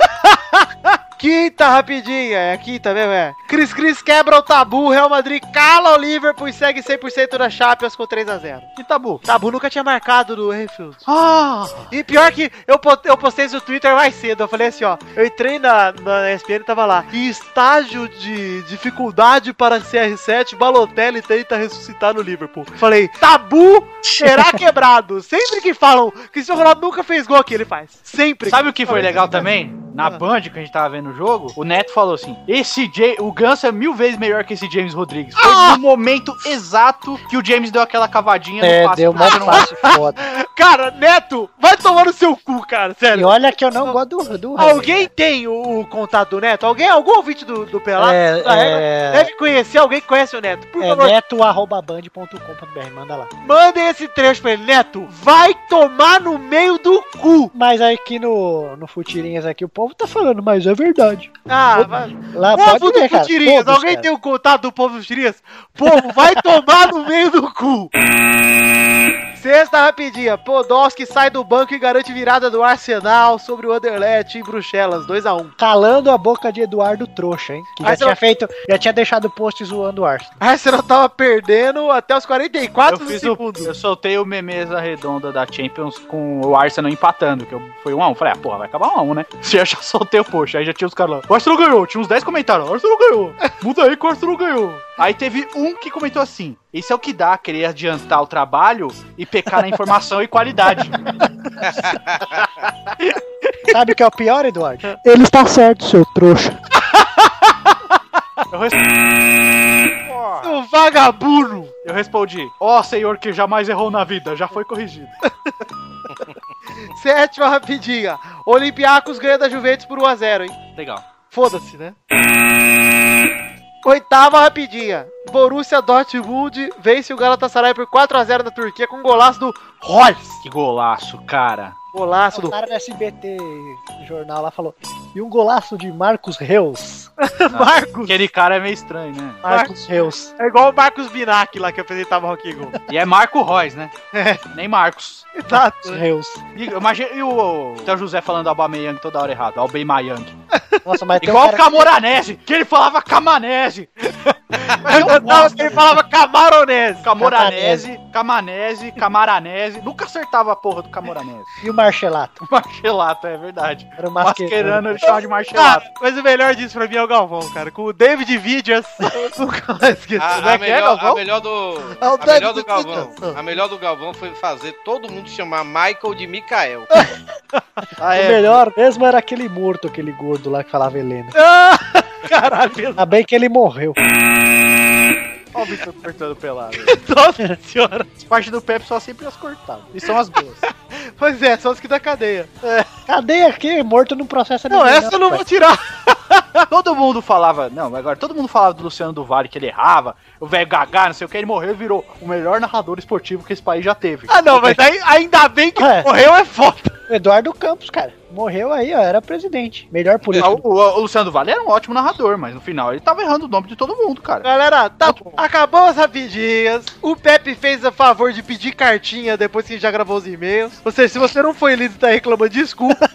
Speaker 3: Quinta rapidinha, é a quinta mesmo, é. Cris Cris quebra o tabu, Real Madrid cala o Liverpool e segue 100% da Champions com 3x0.
Speaker 6: E tabu.
Speaker 3: Tabu nunca tinha marcado no Anfield. Ah! E pior que eu, po- eu postei isso no Twitter mais cedo. Eu falei assim, ó. Eu entrei na, na ESPN e tava lá. Em estágio de dificuldade para CR7, Balotelli tenta ressuscitar no Liverpool. Falei, tabu será quebrado. Sempre que falam que Cristiano Ronaldo nunca fez gol aqui, ele faz. Sempre.
Speaker 6: Sabe o que foi legal também? Na Band, que a gente tava vendo o jogo, o Neto falou assim: esse J o Ganso é mil vezes melhor que esse James Rodrigues. Foi no momento exato que o James deu aquela cavadinha
Speaker 5: É,
Speaker 6: passe
Speaker 5: deu
Speaker 6: pro
Speaker 5: uma
Speaker 6: Bruno.
Speaker 5: fácil foda.
Speaker 3: Cara, Neto, vai tomar no seu cu, cara,
Speaker 5: E
Speaker 3: sério.
Speaker 5: olha que eu não gosto do. do
Speaker 3: Alguém tem o, o contato do Neto? Alguém? Algum ouvinte do, do Pelado? da regra?
Speaker 5: É, é,
Speaker 3: Deve conhecer alguém que conhece o Neto. Por
Speaker 5: é
Speaker 3: favor,
Speaker 5: neto.band.com.br, manda lá.
Speaker 3: mandem esse trecho pra ele. Neto, vai tomar no meio do cu.
Speaker 5: Mas aí aqui no, no Futirinhas aqui, o povo tá falando, mas é verdade.
Speaker 3: Ah, vai.
Speaker 5: Lá
Speaker 3: povo
Speaker 5: pode
Speaker 3: do
Speaker 5: ver, cara.
Speaker 3: Futirinhas,
Speaker 5: todos,
Speaker 3: alguém
Speaker 5: cara.
Speaker 3: tem o contato do povo do Futirinhas? Povo, vai tomar no meio do cu. Sexta rapidinha, Podolski sai do banco e garante virada do Arsenal sobre o Anderlecht em Bruxelas, 2x1.
Speaker 5: Calando a boca de Eduardo Trouxa, hein? Que já
Speaker 3: Mas eu-
Speaker 5: tinha feito, já tinha deixado o post zoando o Arsenal.
Speaker 3: Arsenal tava perdendo até os 44
Speaker 6: Eu,
Speaker 3: do
Speaker 6: fiz
Speaker 3: segundo.
Speaker 6: o, eu soltei o memeza redonda da Champions com o Arsenal empatando, que eu, foi 1x1. Um a um. Falei, ah, porra, vai acabar 1x1, um a um, né? Se eu já [LAUGHS] soltei o post, aí já tinha os caras lá. O Arsenal ganhou, tinha uns 10 comentários. O Arsenal [LAUGHS] ganhou. Muda aí que o Arsenal ganhou. Aí teve um que comentou assim: Isso é o que dá, querer adiantar o trabalho e pecar na informação e qualidade.
Speaker 5: Sabe o que é o
Speaker 3: [LAUGHS]
Speaker 5: pior, Eduardo? Ele está certo, seu trouxa.
Speaker 6: [LAUGHS] Eu, res-
Speaker 3: Seu Um vagabundo!
Speaker 6: eu respondi: Ó senhor que jamais errou na vida, já foi corrigido.
Speaker 3: Sétima rapidinha, Olympiacos ganha da Juventus por 1x0, hein?
Speaker 6: Legal.
Speaker 3: Foda-se, né? Oitava rapidinha. Borussia Dortmund vence o Galatasaray por 4x0 na Turquia com um golaço do Royce.
Speaker 6: Que golaço, [LAUGHS] cara.
Speaker 3: Golaço
Speaker 5: O
Speaker 3: do...
Speaker 5: cara do SBT jornal lá falou. E um golaço de Marcos Reus.
Speaker 3: Marcos.
Speaker 6: Aquele cara é meio estranho, né?
Speaker 5: Marcos Reus.
Speaker 3: É igual o Marcos Binac lá que apresentava o Rock Go.
Speaker 6: E é Marco Reus, né? Nem Marcos.
Speaker 3: Exato.
Speaker 5: Marcos Reus.
Speaker 6: E- Imagina e o Então José falando Aubameyang toda hora errado, Aubameyang.
Speaker 5: Nossa, mas tem um
Speaker 6: Igual o
Speaker 5: cara,
Speaker 6: Camoranese, que ele falava Camanese. Mas [LAUGHS]
Speaker 3: Não,
Speaker 6: eu gosto.
Speaker 3: ele falava camaronese.
Speaker 6: Camoranese, Camanese, Camaranese. Nunca acertava a porra do Camoranese. [LAUGHS]
Speaker 5: e o Marchelato.
Speaker 6: Marchelato, é verdade.
Speaker 5: Era o
Speaker 6: Masquerando,
Speaker 5: Mascherano.
Speaker 6: ele chama de Marchelato.
Speaker 3: Cara, Ah, mas o melhor disso pra mim é o Galvão, cara. Com o David Vidias. nunca mais esqueci.
Speaker 7: A,
Speaker 3: Como é
Speaker 7: a
Speaker 3: que é,
Speaker 7: melhor, a
Speaker 3: Galvão?
Speaker 7: melhor do.
Speaker 2: É o
Speaker 7: A melhor
Speaker 2: David
Speaker 7: do Galvão.
Speaker 2: Vitas.
Speaker 7: A melhor do Galvão foi fazer todo mundo chamar Michael de Mikael.
Speaker 3: Ah,
Speaker 5: O
Speaker 3: é.
Speaker 5: melhor mesmo era aquele morto, aquele gordo lá que falava Helena.
Speaker 3: [LAUGHS] Ah, Caralho, mesmo.
Speaker 5: Ainda bem que ele morreu.
Speaker 6: Olha o bicho cortando pelado.
Speaker 3: Nossa senhora.
Speaker 6: As partes do Pepe só sempre as cortava. E são as boas.
Speaker 3: Pois é, são os que da cadeia.
Speaker 5: Cadê aqui? Morto não processa
Speaker 3: Não,
Speaker 5: ninguém,
Speaker 3: essa eu não
Speaker 5: rapaz.
Speaker 3: vou tirar.
Speaker 6: Todo mundo falava, não, agora todo mundo falava do Luciano do Vale que ele errava, o velho Gagá, não sei o que, ele morreu e virou o melhor narrador esportivo que esse país já teve.
Speaker 3: Ah, não, mas aí, ainda bem que
Speaker 5: É.
Speaker 3: morreu é foda.
Speaker 5: O Eduardo Campos, cara. Morreu aí, ó. Era presidente. Melhor
Speaker 6: Ah,
Speaker 5: político.
Speaker 6: O, o- o Luciano do Vale era um ótimo narrador, mas no final ele tava errando o nome de todo mundo, cara.
Speaker 3: Galera, tá, acabou as rapidinhas. O Pepe fez a favor de pedir cartinha depois que já gravou os e-mails. Ou seja, se você não foi lido e tá reclamando, desculpa.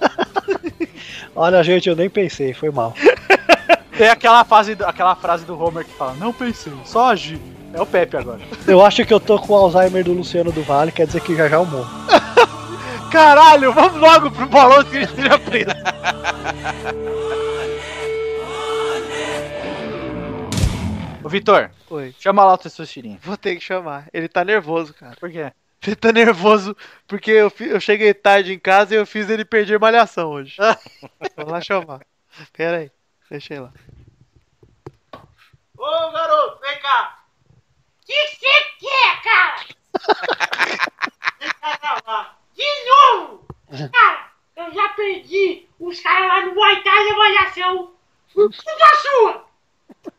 Speaker 5: Olha, gente, eu nem pensei. Foi mal.
Speaker 6: [LAUGHS] Tem aquela, fase, do- aquela frase do Homer que fala: Não pensei, só agi. É o Pepe agora.
Speaker 5: Eu acho que eu tô com o Alzheimer do Luciano do Vale. Quer dizer que já já eu morro.
Speaker 3: Caralho, vamos logo pro balão que ele já preso.
Speaker 6: Ô, Vitor,
Speaker 3: Oi,
Speaker 6: chama lá o Tessustirinha.
Speaker 3: vou ter que chamar. Ele tá nervoso, cara.
Speaker 6: Por quê?
Speaker 3: Ele tá nervoso porque eu, fi- eu cheguei tarde em casa e eu fiz ele perder malhação hoje. Vamos lá chamar. Pera aí, deixei lá. Ô, garoto, vem cá.
Speaker 8: que você quer, cara? Fica na mão. De novo! Cara, eu já perdi os caras lá no Muay Thai da Malhação. Por um culpa sua!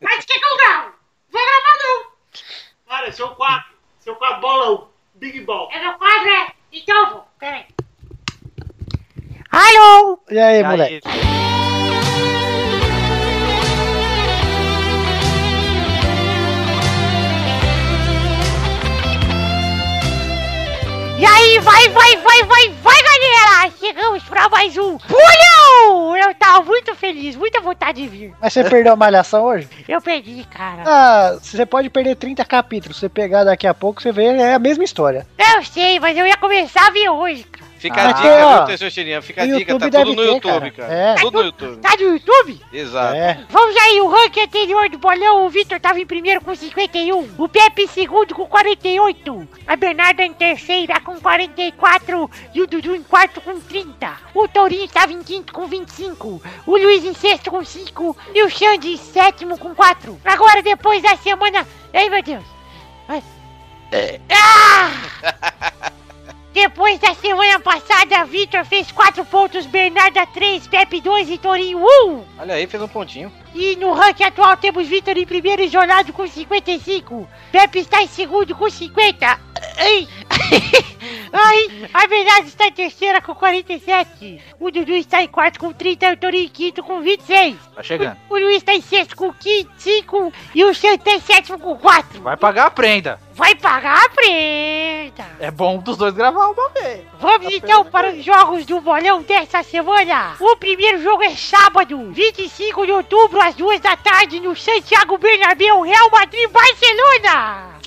Speaker 8: Mas o que que eu gravo? Vou gravar não! Cara, seu quadro, seu quadro bolão, Big Ball. É meu quadro, é? Então eu vou, peraí. Alô!
Speaker 5: E aí, moleque?
Speaker 8: E aí, vai, vai, vai, vai, vai, galera! Aqui chegamos pra mais um Pulhão! Eu tava muito feliz, muita vontade de vir.
Speaker 5: Mas você perdeu a
Speaker 3: [LAUGHS]
Speaker 5: malhação hoje?
Speaker 8: Eu perdi, cara.
Speaker 5: Ah, você pode perder 30 capítulos. Se você pegar daqui a pouco, você vê, é a mesma história.
Speaker 8: Eu sei, mas eu ia começar a ver hoje, cara.
Speaker 7: Fica a
Speaker 5: Ah,
Speaker 7: dica,
Speaker 5: ó,
Speaker 7: viu, Teixeirinha? Fica a
Speaker 5: no
Speaker 7: dica, tá
Speaker 5: YouTube
Speaker 7: tudo
Speaker 5: deve
Speaker 7: no
Speaker 5: ter,
Speaker 7: YouTube,
Speaker 5: cara.
Speaker 7: cara.
Speaker 5: É.
Speaker 7: Tudo no YouTube.
Speaker 8: Tá no YouTube?
Speaker 3: Ah.
Speaker 7: Exato.
Speaker 5: É.
Speaker 8: Vamos aí, o ranking anterior do bolão, o Vitor tava em primeiro com 51, o Pepe em segundo com 48, a Bernarda em terceira com 44 e o Dudu em quarto com 30. O Tourinho estava em quinto com 25, o Luiz em sexto com 5 e o Xande em sétimo com 4. Agora, depois da semana... Ei, meu Deus! Ai. Ah! Depois da semana passada, Vitor fez 4 pontos, Bernarda 3, Pepe 2 e Tourinho 1.
Speaker 7: Olha aí, fez um pontinho.
Speaker 8: E no ranking atual temos Vitor em primeiro e Jornado com 55. Pepe está em segundo com 50. Ai, [LAUGHS] ai, a verdade está em terceira com 47. O Dudu está em quarto com 30 e o Torinho em quinto com 26.
Speaker 6: Tá chegando.
Speaker 8: O Luiz está em sexto com 5 e o Santos está em sétimo com 4.
Speaker 6: Vai pagar a prenda.
Speaker 8: Vai pagar a prenda.
Speaker 6: É bom um dos dois gravar uma vez.
Speaker 8: Vamos então para os jogos do bolão dessa semana. O primeiro jogo é sábado, 25 de outubro, às duas da tarde, no Santiago Bernabéu, Real Madrid, Barcelona.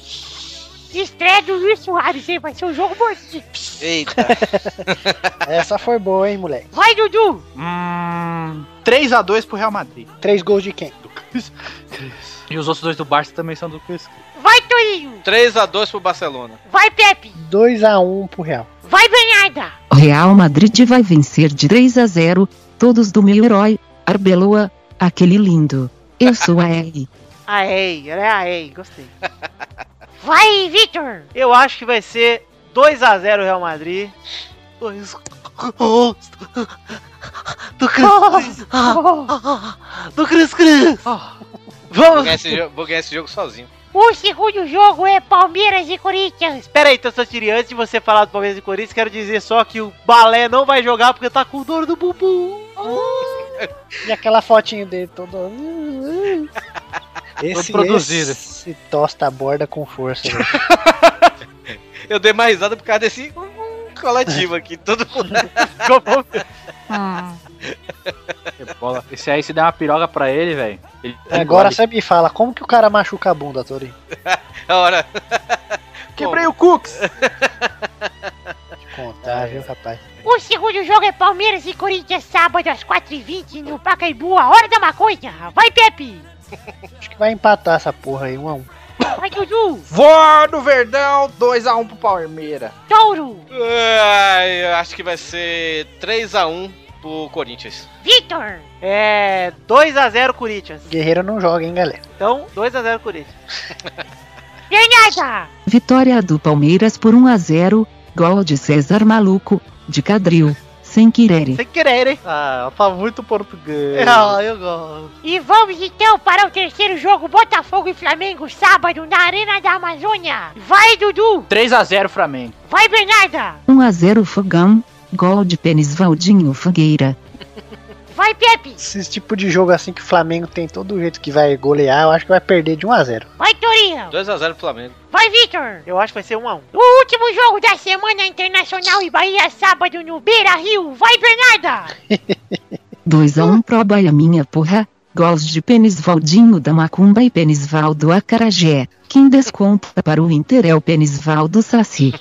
Speaker 8: Estreia do Luiz Soares, hein? Vai ser um jogo bonito.
Speaker 7: Eita. [LAUGHS]
Speaker 5: Essa foi boa, hein, moleque?
Speaker 8: Vai, Dudu.
Speaker 6: Hum. 3x2 pro Real Madrid.
Speaker 5: Três gols de quem?
Speaker 6: Do Cris. Cris. E os outros dois do Barça também são do Cris.
Speaker 8: Vai, Torinho.
Speaker 7: 3x2 pro Barcelona.
Speaker 8: Vai, Pepe.
Speaker 5: 2x1 pro Real.
Speaker 8: Vai, Bernarda.
Speaker 9: O Real Madrid vai vencer de 3 a 0, todos do meu herói, Arbeloa, aquele lindo. é. Eu sou a Ellie.
Speaker 3: Aei, ela é
Speaker 6: né?
Speaker 3: aei, gostei.
Speaker 8: Vai, Vitor.
Speaker 3: Eu acho que vai ser 2x0 Real Madrid. Dois gols Do Cris Cris. Do Cris Cris.
Speaker 7: Vou
Speaker 3: Oh. Vamos.
Speaker 7: ganhar esse jogo, vou ganhar esse jogo sozinho.
Speaker 8: O segundo jogo é Palmeiras e Corinthians.
Speaker 3: Pera aí, Tassotiri, então, antes de você falar do Palmeiras e Corinthians, quero dizer só que o Balé não vai jogar porque tá com dor do bumbum.
Speaker 5: E aquela fotinho dele todo. "Uh, Esse,
Speaker 6: produzido.
Speaker 5: esse tosta a borda
Speaker 6: [LAUGHS]
Speaker 5: com força. velho.
Speaker 7: Eu dei mais risada por causa desse hum, coletivo aqui. Todo mundo. [LAUGHS]
Speaker 6: Que bola. Esse aí, se der uma piroga pra ele, velho. ele-
Speaker 5: Agora
Speaker 6: ele-
Speaker 5: você me fala, como que o cara machuca a bunda, Tori?
Speaker 7: A hora.
Speaker 6: Quebrei o Cooks.
Speaker 5: Te contar, viu, rapaz?
Speaker 8: O segundo jogo é Palmeiras e Corinthians, sábado às 4h20 no Pacaembu, a hora da maconha. Vai, Pepe!
Speaker 5: Acho que vai empatar essa porra aí, 1 a 1
Speaker 8: Vai, Dudu!
Speaker 6: Vó do Verdão, 2x1 pro Palmeira.
Speaker 8: Touro!
Speaker 7: Ai, eu acho que vai ser 3x1 pro Corinthians.
Speaker 8: Vitor!
Speaker 3: É. 2x0 Corinthians.
Speaker 5: Guerreiro não joga, hein, galera?
Speaker 3: Então, 2x0 Corinthians.
Speaker 8: Bernarda!
Speaker 9: Vitória do Palmeiras por 1 a 0, gol de César Maluco, de Cadril, sem querer.
Speaker 3: Sem querer, hein?
Speaker 6: Ah, tá muito português.
Speaker 3: Ah, eu gosto.
Speaker 8: E vamos então para o terceiro jogo, Botafogo e Flamengo, sábado na Arena da Amazônia. Vai, Dudu!
Speaker 6: 3x0 Flamengo.
Speaker 8: Vai, Bernarda!
Speaker 9: 1 a 0 Fogão, gol de Penisvaldinho Fogueira.
Speaker 8: Vai, Pepe!
Speaker 5: Esse tipo de jogo assim que o Flamengo tem todo jeito que vai golear, eu acho que vai perder de 1 a 0
Speaker 8: Vai, Torinho!
Speaker 7: 2x0 pro Flamengo.
Speaker 8: Vai, Vitor!
Speaker 3: Eu acho que vai ser 1x1.
Speaker 8: O último jogo da semana internacional e Bahia, sábado no Beira Rio. Vai, Bernarda!
Speaker 9: 2 a 1 pro Bahia minha porra, gols de Penisvaldinho da Macumba e Penisvaldo Acarajé. Quem desconta para o Inter é o Penisvaldo Saci.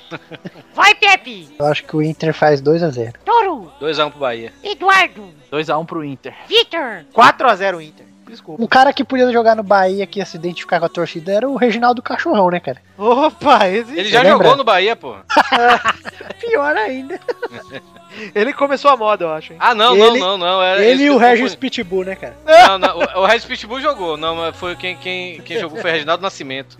Speaker 8: Vai, Pepe!
Speaker 5: Eu acho que o Inter faz 2 a 0
Speaker 8: Touro!
Speaker 7: 2x1 pro Bahia.
Speaker 8: Eduardo!
Speaker 6: 2x1 pro Inter.
Speaker 8: Vitor!
Speaker 3: 4x0 Inter. Desculpa.
Speaker 5: Um cara que podia jogar no Bahia que ia se identificar com a torcida era o Reginaldo Cachorrão, né, cara?
Speaker 3: Opa, esse.
Speaker 7: Ele
Speaker 3: Ele,
Speaker 7: já
Speaker 5: Lembra?
Speaker 7: jogou no Bahia, pô.
Speaker 5: Pior ainda.
Speaker 3: começou a moda, eu acho, hein?
Speaker 7: Ah, não,
Speaker 5: Ele-
Speaker 7: não, não, não. era-
Speaker 5: Ele
Speaker 7: esse
Speaker 5: e o
Speaker 7: que eu
Speaker 5: Regis
Speaker 7: confundi.
Speaker 5: Pitbull, né, cara?
Speaker 7: Não, não, o, o Regis Pitbull jogou. Não, mas foi quem, quem, quem jogou foi Reginaldo Nascimento.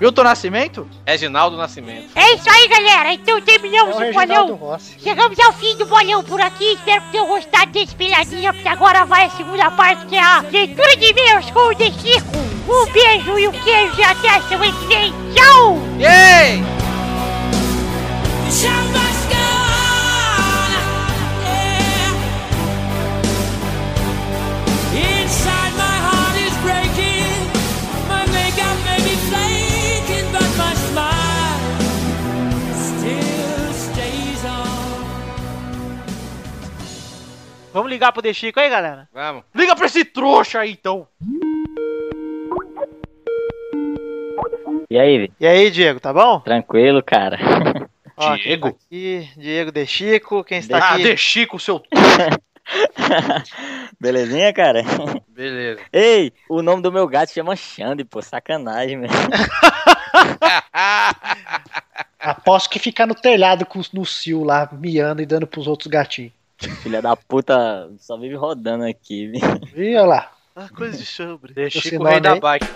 Speaker 6: Milton Nascimento?
Speaker 7: Reginaldo Nascimento.
Speaker 8: É isso aí, galera. Então
Speaker 5: É
Speaker 8: terminamos
Speaker 5: o
Speaker 8: o
Speaker 5: Reginaldo
Speaker 8: bolão.
Speaker 5: Rossi.
Speaker 8: Chegamos ao fim do bolão por aqui. Espero que tenham gostado desse pilhadinha, porque agora vai a segunda parte, que é a leitura de meus com o de Chico. Um beijo e um queijo e até a semana que vem. Tchau!
Speaker 7: Yay!
Speaker 10: É. Inside my heart is breaking. My makeup may be flaking, but my smile still stays on.
Speaker 3: Vamos ligar pro De Chico aí, galera?
Speaker 7: Vamos.
Speaker 6: Liga pra esse trouxa aí, então.
Speaker 11: E aí, Vi?
Speaker 3: E aí, Diego, tá bom?
Speaker 11: tranquilo, cara?
Speaker 3: Ó, quem
Speaker 6: Diego?
Speaker 3: tá aqui, Diego De Chico, quem está
Speaker 6: Ah,
Speaker 3: aqui?
Speaker 6: De Chico, seu...
Speaker 11: Belezinha, cara?
Speaker 7: Beleza.
Speaker 11: Ei, o nome do meu gato chama Xande, pô, sacanagem, velho.
Speaker 5: Aposto que ficar no telhado com, os- no cio lá, miando e dando pros outros gatinhos.
Speaker 11: Filha da puta, só vive rodando aqui, vi.
Speaker 5: Ih, olha lá.
Speaker 3: Ah, coisa de chambre.
Speaker 7: De
Speaker 5: Esse
Speaker 7: Chico,
Speaker 5: nome
Speaker 7: rei da
Speaker 5: aí.
Speaker 7: bike.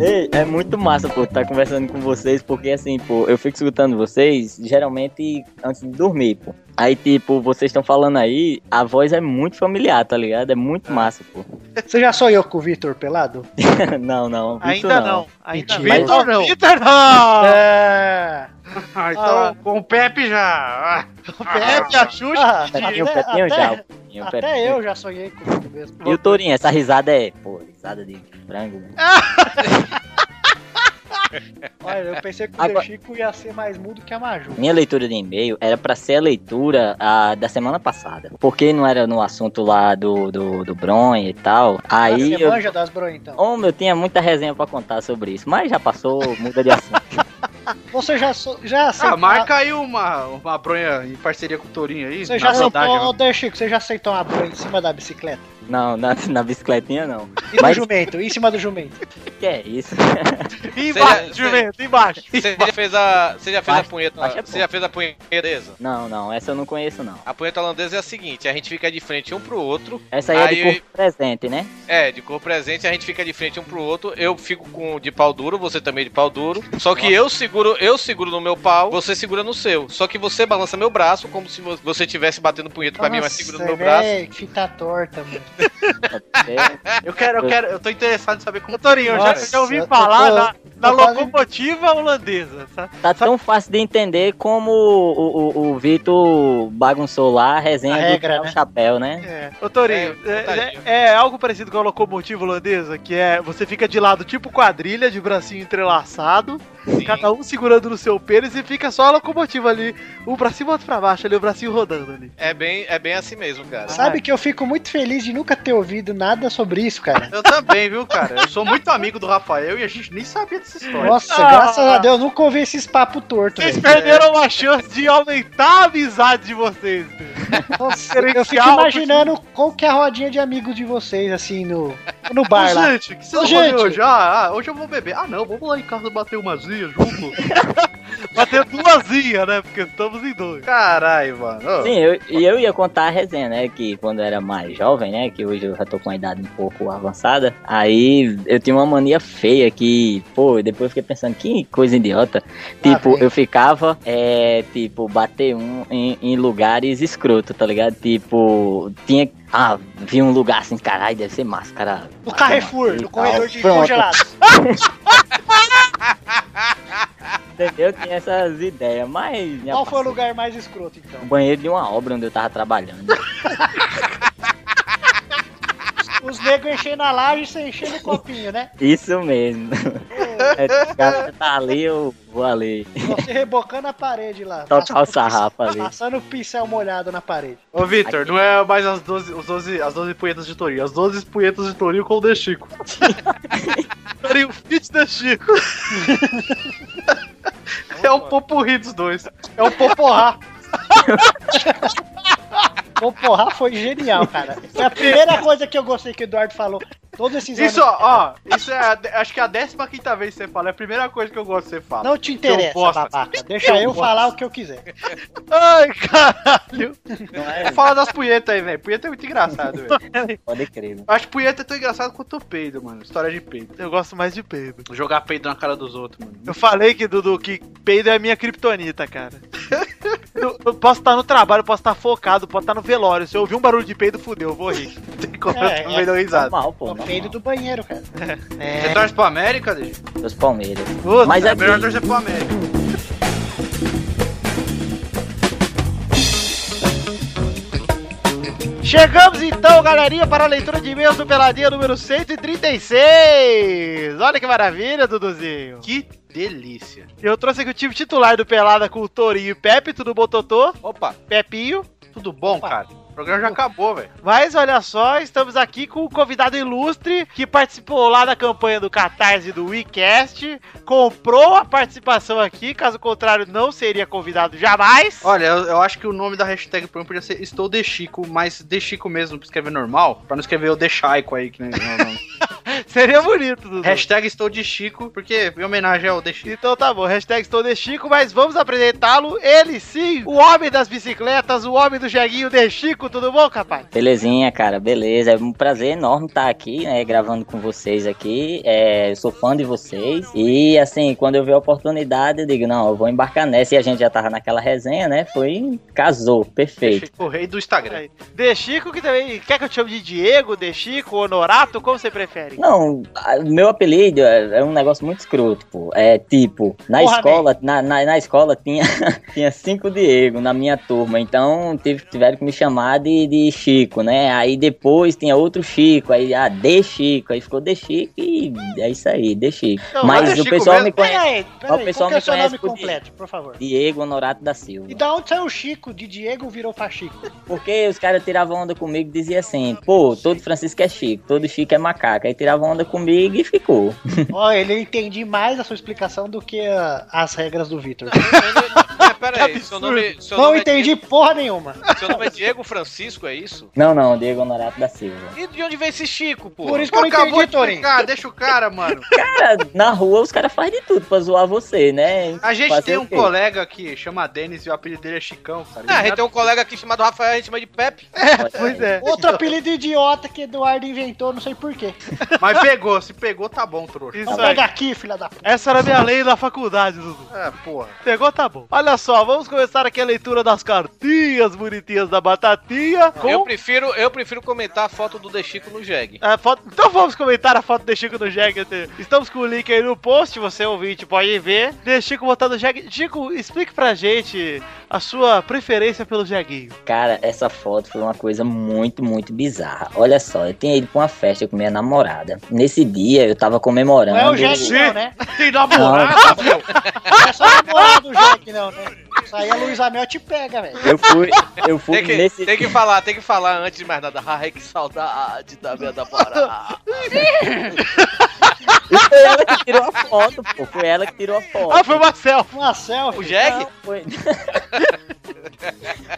Speaker 11: Ei, é muito massa, pô, estar conversando com vocês, porque assim, pô, eu fico escutando vocês geralmente antes de dormir, pô. Aí, tipo, vocês estão falando aí, a voz é muito familiar, tá ligado? É muito massa, pô.
Speaker 5: Você já sonhou com o Vitor pelado?
Speaker 11: não, não, isso
Speaker 3: Ainda não, ainda não.
Speaker 11: Mentira.
Speaker 3: Vitor não. Vitor não!
Speaker 5: É.
Speaker 6: Ah, então, com o Pepe já. Ah,
Speaker 3: Pepe, a Xuxa.
Speaker 5: Ah,
Speaker 11: Petinho, Petinho
Speaker 5: até-
Speaker 11: um já. um o Petinho, o
Speaker 5: Até
Speaker 11: Petinho.
Speaker 5: eu já sonhei com o mesmo.
Speaker 11: E o Torinho, essa risada é, pô, risada de frango, né?
Speaker 5: Olha, eu pensei que o
Speaker 11: Agora-
Speaker 5: Teu Chico ia ser mais mudo que a Maju.
Speaker 11: Minha leitura de e-mail era pra ser a leitura ah, da semana passada. Porque não era no assunto lá do, do, do Bronha e tal. Aí
Speaker 5: Ah, você
Speaker 11: eu.
Speaker 5: manja das bro, então.
Speaker 11: Homem, eu tinha muita resenha pra contar sobre isso. Mas já passou, muda de assunto. [LAUGHS]
Speaker 5: Você já, so- já aceitou.
Speaker 6: ah, marca aí uma, uma bronha em parceria com o Torinho aí.
Speaker 5: Você já
Speaker 6: na saudade,
Speaker 5: aceitou,
Speaker 6: né?
Speaker 5: ô Teu Chico, você já aceitou uma bro em cima da bicicleta?
Speaker 11: não, na, na bicicletinha não.
Speaker 5: E do
Speaker 11: Mas-
Speaker 5: jumento, e em cima do jumento.
Speaker 11: Que é isso?
Speaker 3: Embaixo, jumento, embaixo.
Speaker 7: Você já fez a. Você já fez a
Speaker 11: Baixa-
Speaker 7: punheta.
Speaker 11: baixa é
Speaker 7: Você já fez a punheta. é
Speaker 11: Não, não, essa eu não conheço não.
Speaker 7: A punheta holandesa é a seguinte: a gente fica de frente um pro outro.
Speaker 11: Essa aí, é de
Speaker 7: Aí-
Speaker 11: corpo presente, né?
Speaker 7: É, de cor presente, a gente fica de frente um pro outro. Eu fico com de pau duro, você também de pau duro. Só que eu seguro, eu seguro no meu pau, você segura no seu. Só que você balança meu braço como se vo- você estivesse batendo punheta pra mim, mas segura no meu braço.
Speaker 5: véi, que Fita torta, mano.
Speaker 11: É,
Speaker 6: Eu quero, eu quero, eu tô interessado em saber como.
Speaker 3: Ô, Torinho, eu já,
Speaker 5: Nossa,
Speaker 3: já ouvi
Speaker 5: eu
Speaker 3: falar
Speaker 5: tô-
Speaker 3: da, da
Speaker 5: tô quase-
Speaker 3: locomotiva holandesa. Sabe?
Speaker 11: tá tão fácil de entender como o, o, o Vitor bagunçou lá a resenha
Speaker 5: A
Speaker 11: é do
Speaker 5: regra,
Speaker 11: Tirar o
Speaker 5: né?
Speaker 11: chapéu, né?
Speaker 3: É. Ô, Torinho,
Speaker 7: É,
Speaker 3: é,
Speaker 7: coitadinho.
Speaker 3: é- é algo parecido com a locomotiva holandesa, que é você fica de lado tipo quadrilha, de bracinho entrelaçado,
Speaker 7: Sim.
Speaker 3: cada um segurando no seu pênis e fica só a locomotiva ali, um pra cima, outro pra baixo, ali o bracinho rodando ali.
Speaker 7: É bem, é bem assim mesmo,
Speaker 11: né?
Speaker 7: cara.
Speaker 5: Sabe que eu fico muito feliz de nunca ter ouvido nada sobre isso, cara.
Speaker 6: Eu também, viu, cara? Eu sou muito amigo do Rafael e a gente nem sabia dessa história.
Speaker 5: Nossa,
Speaker 3: Ah.
Speaker 5: graças a Deus, eu nunca ouvi esses papos tortos.
Speaker 3: Vocês perderam uma chance de aumentar a amizade de vocês.
Speaker 5: Nossa, eu fico
Speaker 3: Diferencial,
Speaker 5: imaginando qual que é a rodinha de amigos de vocês, assim, no, no
Speaker 6: Ô,
Speaker 5: bar lá.
Speaker 6: gente, o que
Speaker 5: Ô,
Speaker 6: vocês vão fazer
Speaker 5: gente.
Speaker 6: hoje? Ah, ah, hoje eu vou beber. Ah, não, vamos lá em casa bater uma zinha [LAUGHS] junto.
Speaker 3: Bater duas linhas, né? Porque estamos em dois.
Speaker 6: Caralho, mano. Ô,
Speaker 11: Sim, eu- e eu, ia contar a resenha, né? Que quando eu era mais jovem, né? Que hoje eu já tô com a idade um pouco avançada. Aí eu tinha uma mania feia que, pô, depois eu fiquei pensando, que coisa idiota.
Speaker 5: Lá
Speaker 11: Tipo,
Speaker 5: vem.
Speaker 11: eu ficava, é, tipo, bater um em, em lugares escroto, tá ligado? Tipo, tinha. Ah, vi um lugar assim, caralho, deve ser massa, cara.
Speaker 5: No
Speaker 11: bater
Speaker 5: Carrefour,
Speaker 11: uma- e
Speaker 5: no
Speaker 11: tal.
Speaker 5: corredor de
Speaker 11: Ah, Pronto,
Speaker 5: congelados.
Speaker 11: Entendeu? Tinha essas ideias, mas. já
Speaker 5: Qual foi o
Speaker 11: passou.
Speaker 5: lugar mais escroto, então?
Speaker 11: O banheiro de uma obra onde eu tava trabalhando.
Speaker 5: Os negros enchendo a laje e você enchendo o copinho, né?
Speaker 11: Isso mesmo. [LAUGHS] É, o cara tá ali, eu vou ali.
Speaker 5: Você rebocando a parede lá.
Speaker 11: Tocar o
Speaker 5: passando
Speaker 11: sarrafo ali.
Speaker 5: Passando o pincel molhado na parede.
Speaker 6: Ô, Vitor, não é mais as 12, os 12, as 12 punhetas de Torinho, as 12 punhetas de Torinho com o De Chico.
Speaker 3: Torinho, fit da Chico.
Speaker 6: É um popurri dos dois.
Speaker 5: É o Poporrá. Poporrá foi genial, cara. Foi a primeira coisa que eu gostei que o Eduardo falou. Todos esses
Speaker 6: Isso,
Speaker 5: anos.
Speaker 6: ó, isso é, a- acho que é a 15 quinta vez que você fala, é a primeira coisa que eu gosto que você fala.
Speaker 5: Não te
Speaker 6: Seu
Speaker 5: interessa,
Speaker 6: bosta.
Speaker 5: babaca. Deixa eu falar o que eu quiser.
Speaker 3: Ai, caralho.
Speaker 6: [LAUGHS] Fala das punhetas aí, velho. Punheta é muito engraçado, velho.
Speaker 11: Pode crer. né? mano.
Speaker 6: Eu acho punheta tão engraçado quanto o peido, mano. História de peido.
Speaker 3: Eu gosto mais de peido.
Speaker 6: Jogar peido na cara dos outros, mano.
Speaker 3: Eu falei que, Dudu, que peido é a minha kriptonita, cara. Eu, eu posso estar no trabalho, posso estar focado, posso estar no velório. Se eu ouvir um barulho de peido, fudeu, eu vou
Speaker 6: [LAUGHS]
Speaker 3: rir.
Speaker 6: Tem como
Speaker 5: É,
Speaker 6: eu
Speaker 5: é.
Speaker 6: tô melhor risada.
Speaker 11: Normal,
Speaker 5: É
Speaker 11: pô.
Speaker 5: o
Speaker 11: normal.
Speaker 5: peido do banheiro, cara.
Speaker 6: Você torce pra América, Digi?
Speaker 11: Dos Palmeiras.
Speaker 3: Puta,
Speaker 11: Mas
Speaker 6: É melhor
Speaker 11: aqui,
Speaker 6: torcer pro América.
Speaker 3: Chegamos então, galerinha, para a leitura de e-mails do Peladinha número 136. Olha que maravilha, Duduzinho.
Speaker 6: Que delícia.
Speaker 3: Eu trouxe aqui o time titular do Pelada com o Torinho e Pepe, tudo bom, Totô?
Speaker 7: Opa,
Speaker 3: Pepinho. Tudo bom, cara? O programa já acabou, velho. Mas olha só, estamos aqui com um convidado ilustre que participou lá da campanha do Catarse do WeCast, comprou a participação aqui, caso contrário, não seria convidado jamais.
Speaker 6: Olha, eu, eu acho que o nome da hashtag do programa podia ser Estou de Chico, mas de Chico mesmo, pra escrever normal, pra não escrever o de Chaico aí, que nem. não, [LAUGHS] não.
Speaker 3: Seria bonito, Dudu.
Speaker 6: hashtag Estou de Chico, porque em homenagem ao de Chico.
Speaker 3: Então tá bom, hashtag estou de Chico, mas vamos apresentá-lo, ele sim, o homem das bicicletas, o homem do jeguinho de Chico, tudo bom, capaz?
Speaker 11: Belezinha, cara, beleza. É um prazer enorme estar aqui, né? Gravando com vocês aqui. É, eu sou fã de vocês. E assim, quando eu vi a oportunidade, eu digo, não, eu vou embarcar nessa. E a gente já tava naquela resenha, né? Foi. Casou, perfeito.
Speaker 6: O rei do Instagram.
Speaker 3: De Chico, que também, quer que eu te chame de Diego, de Chico, Honorato, como você prefere?
Speaker 11: Não, a- meu apelido é, é um negócio muito escroto, pô. É tipo, na
Speaker 3: Porra,
Speaker 11: escola, na, na, na escola tinha, [LAUGHS] tinha cinco Diego na minha turma, então tive- tiveram que me chamar de, de Chico, né? Aí depois tinha outro Chico, aí ah, de Chico, aí ficou de Chico e é isso aí, de Chico.
Speaker 3: Não,
Speaker 11: Mas
Speaker 3: mas
Speaker 11: o pessoal me conhece
Speaker 5: Peraí,
Speaker 11: Ó, o
Speaker 5: peraí, qual
Speaker 11: pessoal
Speaker 5: que é o
Speaker 11: me
Speaker 5: seu
Speaker 11: conhece
Speaker 5: nome
Speaker 11: por
Speaker 5: completo, por favor?
Speaker 11: Diego Honorato da Silva.
Speaker 5: E da onde saiu o Chico? De Diego virou pra Chico.
Speaker 11: Porque os caras tiravam onda comigo e diziam assim, pô, todo Francisco é Chico, todo Chico é macaco. Aí tiravam onda comigo e ficou.
Speaker 5: Ó, ele eu entendi mais a sua explicação do que ah, as regras do Vitor.
Speaker 7: Mas
Speaker 5: [LAUGHS]
Speaker 7: peraí, seu nome, seu
Speaker 5: Não
Speaker 7: nome é
Speaker 5: entendi porra nenhuma.
Speaker 7: Diego- seu nome é Diego Francisco, é isso?
Speaker 11: Não, não, Diego Honorato da Silva.
Speaker 7: E de onde vem esse Chico, pô?
Speaker 5: Por isso que eu não entendi, Torinho.
Speaker 6: Cara, deixa o cara, mano.
Speaker 11: Cara, na rua os caras fazem de tudo pra zoar você, né?
Speaker 6: A gente
Speaker 11: Fazer
Speaker 6: tem
Speaker 11: o
Speaker 6: um
Speaker 11: quê?
Speaker 6: colega que chama Denis e o apelido dele é Chicão, cara.
Speaker 7: Ah, a gente tem um colega aqui chamado Rafael, a gente chama de Pepe.
Speaker 3: Pois é.
Speaker 5: Outro apelido idiota que Eduardo inventou, não sei porquê.
Speaker 6: Mas pegou, se pegou, tá bom, trouxa.
Speaker 3: Isso
Speaker 5: Então
Speaker 3: aí.
Speaker 5: pega aqui, filha da puta.
Speaker 3: Essa era a minha lei da faculdade, Dudu.
Speaker 6: É, porra.
Speaker 3: Pegou, tá bom. Olha só, vamos começar aqui a leitura das cartinhas bonitinhas da batatinha. Com...
Speaker 7: Eu prefiro, eu prefiro comentar a foto do De Chico no Jeg.
Speaker 3: a foto- Então vamos comentar a foto de Chico no Jeg. Estamos com o link aí no post, você ouvinte pode ver. De Chico botando Jeg. Chico, explique pra gente a sua preferência pelo Jeguinho.
Speaker 11: Cara, essa foto foi uma coisa muito, muito bizarra. Olha só, eu tinha ido pra uma festa com minha namorada. Nesse dia eu tava comemorando.
Speaker 5: Não é o Jack não, né?
Speaker 3: Tem
Speaker 11: namorada?
Speaker 5: Não é só a namorada do Jack não, né? Isso aí a Luísa Mel te pega, velho.
Speaker 11: Eu fui, eu fui
Speaker 7: Tem que,
Speaker 11: nesse.
Speaker 7: tem que falar, tem que falar antes de mais nada. [LAUGHS] Ai, que saudade da
Speaker 11: [LAUGHS]
Speaker 7: minha namorada.
Speaker 11: Foi ela que tirou a foto, pô. Foi ela que tirou a foto.
Speaker 3: Ah, foi uma selfie.
Speaker 5: Uma selfie.
Speaker 7: O Jeg?
Speaker 11: Não,
Speaker 7: [LAUGHS]
Speaker 11: foi...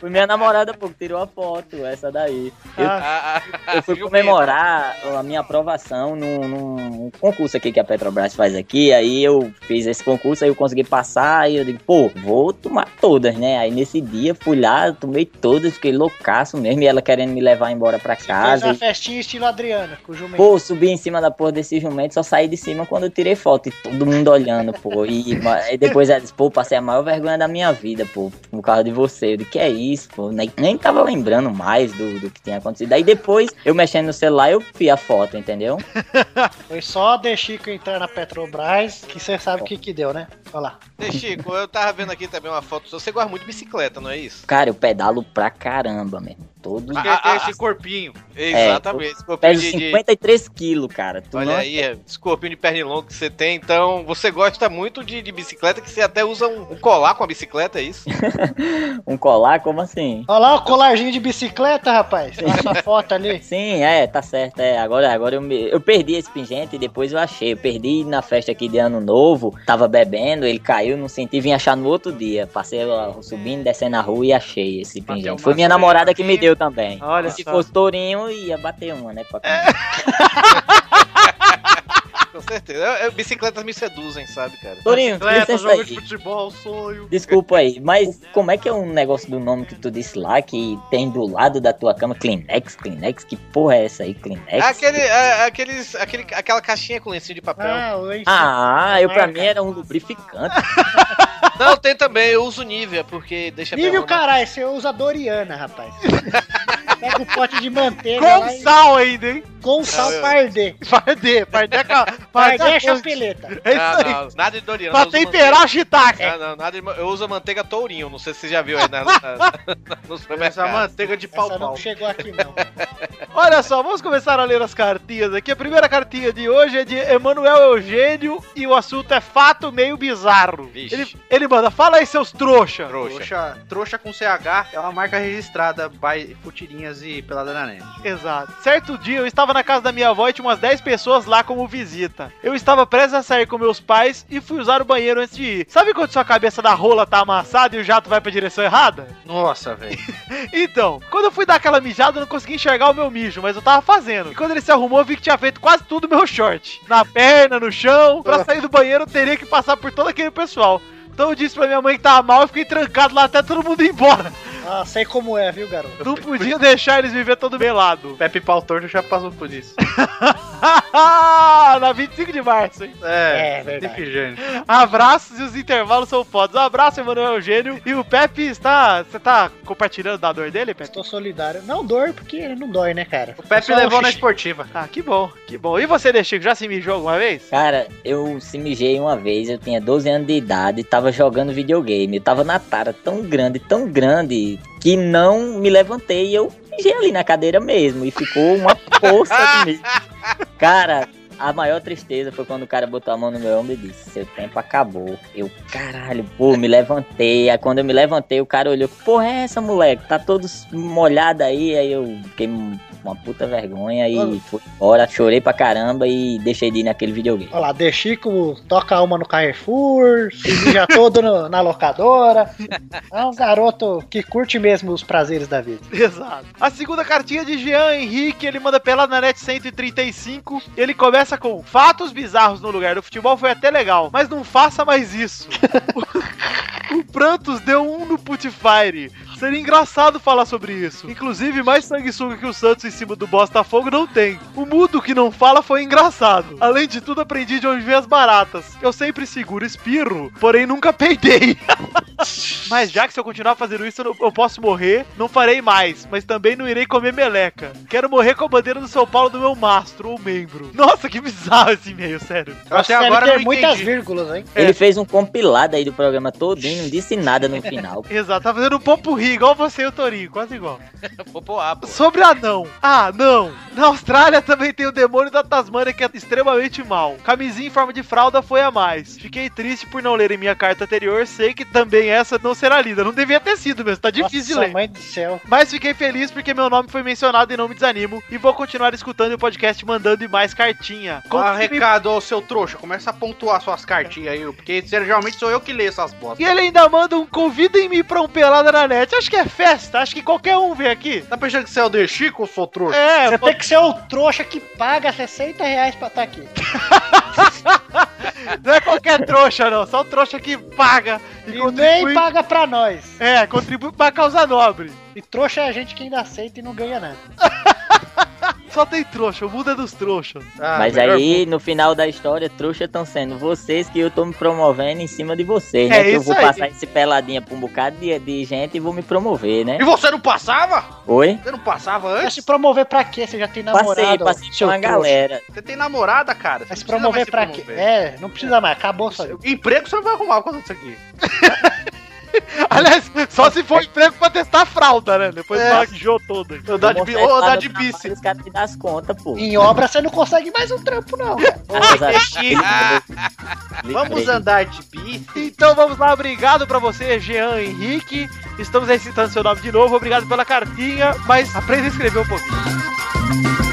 Speaker 11: foi minha namorada, pô, que tirou a foto, essa daí. Eu
Speaker 7: Ah, ah,
Speaker 11: Eu fui
Speaker 7: viu,
Speaker 11: comemorar a minha aprovação num, num concurso aqui que a Petrobras faz aqui. Aí eu fiz esse concurso, aí eu consegui passar. Aí eu digo, pô, vou tomar todas, né? Aí nesse dia fui lá, tomei todas, fiquei loucaço mesmo. E ela querendo me levar embora pra
Speaker 5: Fez
Speaker 11: casa.
Speaker 5: uma festinha estilo Adriana, com o jumento.
Speaker 11: Pô, subi em cima da porra desse jumento, só saí de cima quando eu tirei foto e todo mundo olhando, pô. E, ma- aí depois ela disse, pô, passei a maior vergonha da minha vida, pô, por causa de você. Eu disse, que é isso, pô? Nem, nem tava lembrando mais do, do que tinha acontecido. Aí depois, eu mexendo no celular, eu vi a foto, entendeu?
Speaker 5: Foi só de Chico entrar na Petrobras, que você sabe o que que deu, né? Olha lá.
Speaker 7: De Chico, eu tava vendo aqui também uma foto sua. Você gosta muito de bicicleta, não é isso?
Speaker 11: Cara, eu pedalo pra caramba, mesmo. Todo
Speaker 7: Ah, é,
Speaker 11: dia. É,
Speaker 6: Porque tem esse corpinho.
Speaker 7: Exatamente. Escorpião
Speaker 11: Peso
Speaker 7: de, de-
Speaker 11: 53 quilos, cara. Tu
Speaker 7: Olha
Speaker 11: não-
Speaker 7: aí, é, escorpião de pernilongo que você tem. Então, você gosta muito de, de bicicleta, que você até usa um, um colar com a bicicleta, é
Speaker 11: [LAUGHS]
Speaker 7: isso?
Speaker 11: Um colar, como assim?
Speaker 5: Olha lá o colarzinho de bicicleta, rapaz. Olha essa foto ali.
Speaker 11: Sim, é, tá certo. É, agora, agora eu, me- eu perdi esse pingente e depois eu achei. Eu perdi na festa aqui de ano novo, tava bebendo, ele caiu, não senti, vim achar no outro dia. Passei ó, subindo, descendo na rua e achei esse pingente. Foi minha namorada que me deu também.
Speaker 3: Olha
Speaker 11: Se
Speaker 3: só.
Speaker 11: fosse tourinho, ia bater uma, né? pra comer.
Speaker 7: Com certeza. Eu- eu- bicicletas me seduzem, sabe, cara?
Speaker 11: Tourinho,
Speaker 6: Atleta,
Speaker 11: licença
Speaker 6: jogo
Speaker 11: aí.
Speaker 6: de futebol, sonho.
Speaker 11: Desculpa aí, mas como é que é um negócio do nome que tu disse lá que tem do lado da tua cama Kleenex, Kleenex? Que porra é essa aí,
Speaker 7: É
Speaker 11: Kleenex?
Speaker 7: aquele, é, aqueles, aquele, aquela caixinha com lencinho de papel.
Speaker 12: É,
Speaker 3: É. Então,
Speaker 5: Ah, oi.
Speaker 11: Ah, eu pra mim era um lubrificante.
Speaker 7: Não,
Speaker 3: é
Speaker 7: tem também. Eu uso Nivea, porque deixa
Speaker 3: né?
Speaker 7: minha
Speaker 5: Nível
Speaker 7: mão na-
Speaker 3: [LAUGHS]
Speaker 5: caralho, você usa Doriana, rapaz.
Speaker 12: Pega o pote de manteiga
Speaker 3: Com
Speaker 12: lá e-
Speaker 3: sal ainda, hein? Ah, é.
Speaker 12: com sal pardê.
Speaker 3: [LAUGHS] Pardê, pardê é ca- pardê
Speaker 12: Pardê é
Speaker 3: é fonte. [LAUGHS]
Speaker 12: chapeleta.
Speaker 3: É isso
Speaker 7: Ah,
Speaker 3: aí.
Speaker 7: não, nada de Doriana.
Speaker 3: Pra
Speaker 7: eu uso
Speaker 3: temperar
Speaker 7: manteiga-
Speaker 11: [LAUGHS]
Speaker 3: o shiitake.
Speaker 11: É.
Speaker 7: Ah, não, nada de ma- Eu uso a manteiga tourinho, não sei se você já viu aí
Speaker 11: [LAUGHS]
Speaker 7: na, na, na- no
Speaker 3: Essa é
Speaker 7: supermercado.
Speaker 3: manteiga de
Speaker 12: Essa não
Speaker 3: pau-pau.
Speaker 12: chegou aqui, não.
Speaker 3: Olha só, vamos começar a ler as cartinhas aqui. A primeira cartinha de hoje é de Emanuel Eugênio e o assunto é fato meio bizarro.
Speaker 7: Vixe.
Speaker 3: Ele, ele manda, fala aí seus trouxa.
Speaker 7: Trouxa.
Speaker 4: Trouxa, trouxa com CH é uma marca registrada by Futirinhas e Pelada na Net.
Speaker 3: Exato. Certo dia eu estava na casa da minha avó e tinha umas 10 pessoas lá como visita. Eu estava prestes a sair com meus pais e fui usar o banheiro antes de ir. Sabe quando sua cabeça da rola tá amassada e o jato vai pra direção errada?
Speaker 4: Nossa, velho.
Speaker 3: [LAUGHS] Então, quando eu fui dar aquela mijada, eu não consegui enxergar o meu mijo, mas eu tava fazendo. E quando ele se arrumou, eu vi que tinha feito quase tudo o meu short. Na perna, no chão. Pra sair do banheiro, eu teria que passar por todo aquele pessoal. Então eu disse pra minha mãe que tava mal e fiquei trancado lá até todo mundo ir embora.
Speaker 12: Ah, sei como é, viu, garoto?
Speaker 3: Não podia deixar eles me ver todo melado.
Speaker 4: Pepe Pau Torto já passou por isso.
Speaker 3: [LAUGHS] Na 25 de março, hein?
Speaker 4: É,
Speaker 12: É, verdade.
Speaker 4: Refrigerante.
Speaker 3: Abraços e os intervalos são fodas. Um abraço, Emanuel Eugênio. E o Pepe está. Você tá compartilhando da dor dele, Pepe?
Speaker 12: Estou solidário. Não dor, porque não dói, né, cara?
Speaker 4: O Pepe
Speaker 12: Só um
Speaker 4: levou na
Speaker 12: xixi.
Speaker 4: esportiva.
Speaker 3: Ah, que bom, que bom. E você, né, Chico, já se mijou alguma vez?
Speaker 11: Cara, eu se mijei uma vez, eu tinha 12 anos de idade, tava jogando videogame. Eu tava na tara tão grande, tão grande, que não me levantei e eu mijei ali na cadeira mesmo. E ficou uma poça de mim. Cara, a maior tristeza foi quando o cara botou a mão no meu ombro e disse: Seu tempo acabou. Eu, caralho, pô, me levantei. Aí quando eu me levantei, o cara olhou: que Porra, é essa moleque? Tá todo molhado aí. Aí eu fiquei com uma puta vergonha e fui embora. Chorei pra caramba e deixei de ir naquele videogame.
Speaker 12: Olha lá, De Chico toca uma no Carrefour, se mija todo no- na
Speaker 11: [LAUGHS]
Speaker 12: locadora. É um garoto que curte mesmo os prazeres da vida.
Speaker 3: [LAUGHS] Exato. A segunda cartinha é de Jean Henrique, ele manda pela na net 135. Ele começa com fatos bizarros no lugar do futebol, foi até legal, mas não faça mais isso. o Prantos deu um no Putifire. Seria engraçado falar sobre isso. Inclusive, mais sanguessuga que o Santos em cima do Botafogo não tem. O mudo que não fala foi engraçado. Além de tudo, aprendi de onde vem as baratas. Eu sempre seguro espirro, porém nunca [LAUGHS] peidei. Mas já que se eu continuar fazendo isso, eu, não- eu posso morrer, não farei mais. Mas também não irei comer meleca. Quero morrer com a bandeira do São Paulo no meu mastro ou membro. Nossa, que bizarro esse e-mail, sério.
Speaker 4: Até
Speaker 12: Deve
Speaker 4: agora eu
Speaker 12: ter
Speaker 4: não
Speaker 12: muitas
Speaker 4: entendi.
Speaker 12: vírgulas, hein?
Speaker 11: Ele fez um compilado aí do programa todinho, não disse nada no final.
Speaker 3: Exato, tá fazendo um popurri, igual você e o Torinho, quase igual.
Speaker 7: Popoá, pô.
Speaker 3: Sobre anão. Ah, não. Na Austrália também tem o demônio da Tasmânia que é extremamente mal. Camisinha em forma de fralda foi a mais. Fiquei triste por não lerem minha carta anterior. Sei que também essa não será lida. Não devia ter sido mesmo, tá difícil de
Speaker 12: Nossa,
Speaker 3: ler.
Speaker 12: mãe do céu.
Speaker 3: Mas fiquei feliz porque meu nome foi mencionado e não me desanimo. E vou continuar escutando o podcast mandando e mais cartinha.
Speaker 4: Com ah,
Speaker 3: Confirme-
Speaker 4: recado, ô seu trouxa, começa a pontuar suas cartinhas aí, porque geralmente sou eu que leio essas
Speaker 3: E
Speaker 4: bostas.
Speaker 3: ele ainda manda um convidem-me pra um pelada na net. Acho que é festa, acho que qualquer um vem aqui.
Speaker 4: Tá pensando que você é o De Chico, seu trouxa?
Speaker 3: É,
Speaker 12: Você tem que ser o trouxa que paga 60 reais pra estar aqui.
Speaker 3: não é qualquer trouxa, não. Só o trouxa que paga e,
Speaker 12: E nem
Speaker 3: contribui.
Speaker 12: paga pra nós.
Speaker 3: É, contribui pra causa nobre.
Speaker 12: E trouxa é a gente que ainda aceita e não ganha nada.
Speaker 3: Só tem trouxa, o mundo é dos trouxas.
Speaker 4: Ah,
Speaker 11: Mas
Speaker 4: melhor-
Speaker 11: aí, no final da história, trouxa estão sendo vocês que eu tô me promovendo em cima de vocês,
Speaker 3: É
Speaker 11: né? Que eu
Speaker 3: isso
Speaker 11: vou
Speaker 3: aí.
Speaker 11: passar esse peladinha pra um bocado de, de gente e vou me promover, né?
Speaker 4: E você não passava?
Speaker 11: Oi?
Speaker 4: Você não passava
Speaker 12: Vai
Speaker 4: antes?
Speaker 12: se promover pra quê? Você já tem namorado?
Speaker 11: Passei, passei
Speaker 12: seu
Speaker 11: pra uma
Speaker 12: trouxa.
Speaker 11: galera.
Speaker 4: Você tem namorada, cara. Você
Speaker 12: Vai se
Speaker 4: não precisa mais
Speaker 12: promover
Speaker 4: se
Speaker 12: pra quê? É, não precisa mais, acabou só.
Speaker 4: Seu- Emprego você não vai arrumar por causa disso aqui.
Speaker 3: Aliás, só se for emprego pra testar a fralda, né? Depois
Speaker 4: É.
Speaker 3: é. mijou todo.
Speaker 4: Eu dar de,
Speaker 11: Vou
Speaker 4: bi-
Speaker 11: mostrar
Speaker 4: ô,
Speaker 11: esse
Speaker 4: dar
Speaker 11: lado
Speaker 4: de
Speaker 11: do trabalho,
Speaker 4: bice.
Speaker 11: Os caras me dão as contas, pô.
Speaker 12: Em obra você não consegue mais um trampo,
Speaker 4: [LAUGHS]
Speaker 12: não. cara.
Speaker 11: Apesar de-
Speaker 7: Ah,
Speaker 4: Vamos andar de bice.
Speaker 3: Então vamos lá, obrigado pra você, Jean Henrique. Estamos aí citando seu nome de novo, obrigado pela cartinha, mas aprenda a escrever um pouquinho.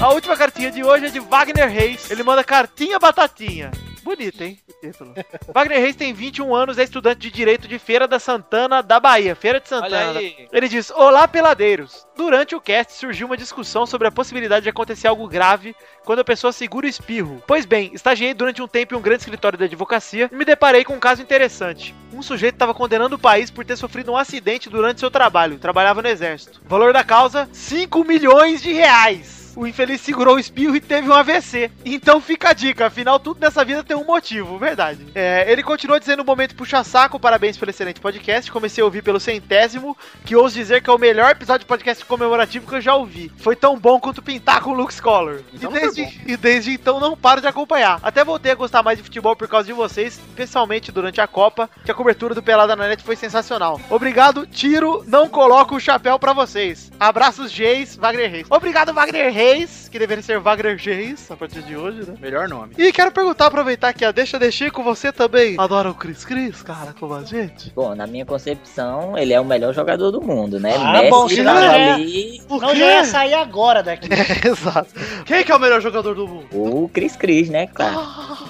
Speaker 3: A última cartinha de hoje é de Wagner Reis. Ele manda cartinha batatinha. Bonito, hein? O título. [LAUGHS] Wagner Reis tem 21 anos, é estudante de Direito de Feira da Santana, da Bahia. Feira de Santana.
Speaker 7: Olha aí.
Speaker 3: Ele diz: Olá, peladeiros. Durante o cast surgiu uma discussão sobre a possibilidade de acontecer algo grave quando a pessoa segura o espirro. Pois bem, estagiei durante um tempo em um grande escritório da advocacia e me deparei com um caso interessante. Um sujeito estava condenando o país por ter sofrido um acidente durante seu trabalho. Trabalhava no exército. O valor da causa: 5 milhões de reais. o infeliz segurou o espirro e teve um AVC. Então fica a dica, afinal tudo nessa vida tem um motivo, verdade. É, ele continuou dizendo no momento puxa-saco, parabéns pelo excelente podcast, comecei a ouvir pelo centésimo, que ouso dizer que é o melhor episódio de podcast comemorativo que eu já ouvi. Foi tão bom quanto pintar com o Luke Scholar.
Speaker 4: Então
Speaker 3: e,
Speaker 4: não foi
Speaker 3: desde, e desde então não paro de acompanhar. Até voltei a gostar mais de futebol por causa de vocês, especialmente durante a Copa, que a cobertura do Pelada na Net foi sensacional. Obrigado, tiro, não coloco o chapéu pra vocês. Abraços, Geis, Wagner Reis. Obrigado, Wagner Reis, que deveria ser Wagner Geis a partir de hoje, né?
Speaker 4: Melhor nome.
Speaker 3: E quero perguntar, aproveitar aqui a Deixa de Chico, você também adora o Cris Cris, cara, como a gente?
Speaker 11: Bom, na minha concepção, ele é o melhor jogador do mundo, né?
Speaker 3: Ah,
Speaker 11: Messi,
Speaker 3: bom, se não é.
Speaker 11: Ali,
Speaker 3: Por
Speaker 12: Não,
Speaker 3: quê?
Speaker 12: já
Speaker 3: [LAUGHS]
Speaker 12: ia sair agora daqui.
Speaker 3: Exato. Quem que é o melhor jogador do mundo?
Speaker 11: o Cris Cris, né, cara?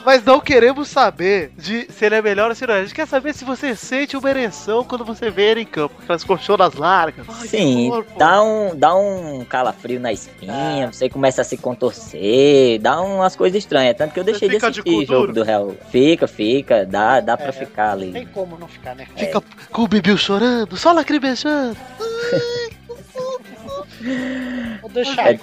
Speaker 3: Mas não queremos saber de se ele é melhor ou se não é. A gente quer saber se você sente uma ereção quando você vê ele em campo. Aquelas colchonas largas.
Speaker 11: Sim, dá um, dá um calafrio na espinha,
Speaker 3: É.
Speaker 11: você começa a se contorcer, dá umas coisas estranhas. Tanto que eu deixei de
Speaker 3: fica de
Speaker 11: assistir
Speaker 3: cu
Speaker 11: jogo
Speaker 3: duro?
Speaker 11: do Real. Fica, fica, dá, dá pra
Speaker 12: É.
Speaker 11: ficar
Speaker 12: Não
Speaker 11: ali.
Speaker 12: tem como não ficar, né? cara?
Speaker 3: Fica com o Bibiu chorando, só lacrimejando.
Speaker 11: Tá
Speaker 12: Vou deixar.
Speaker 11: É.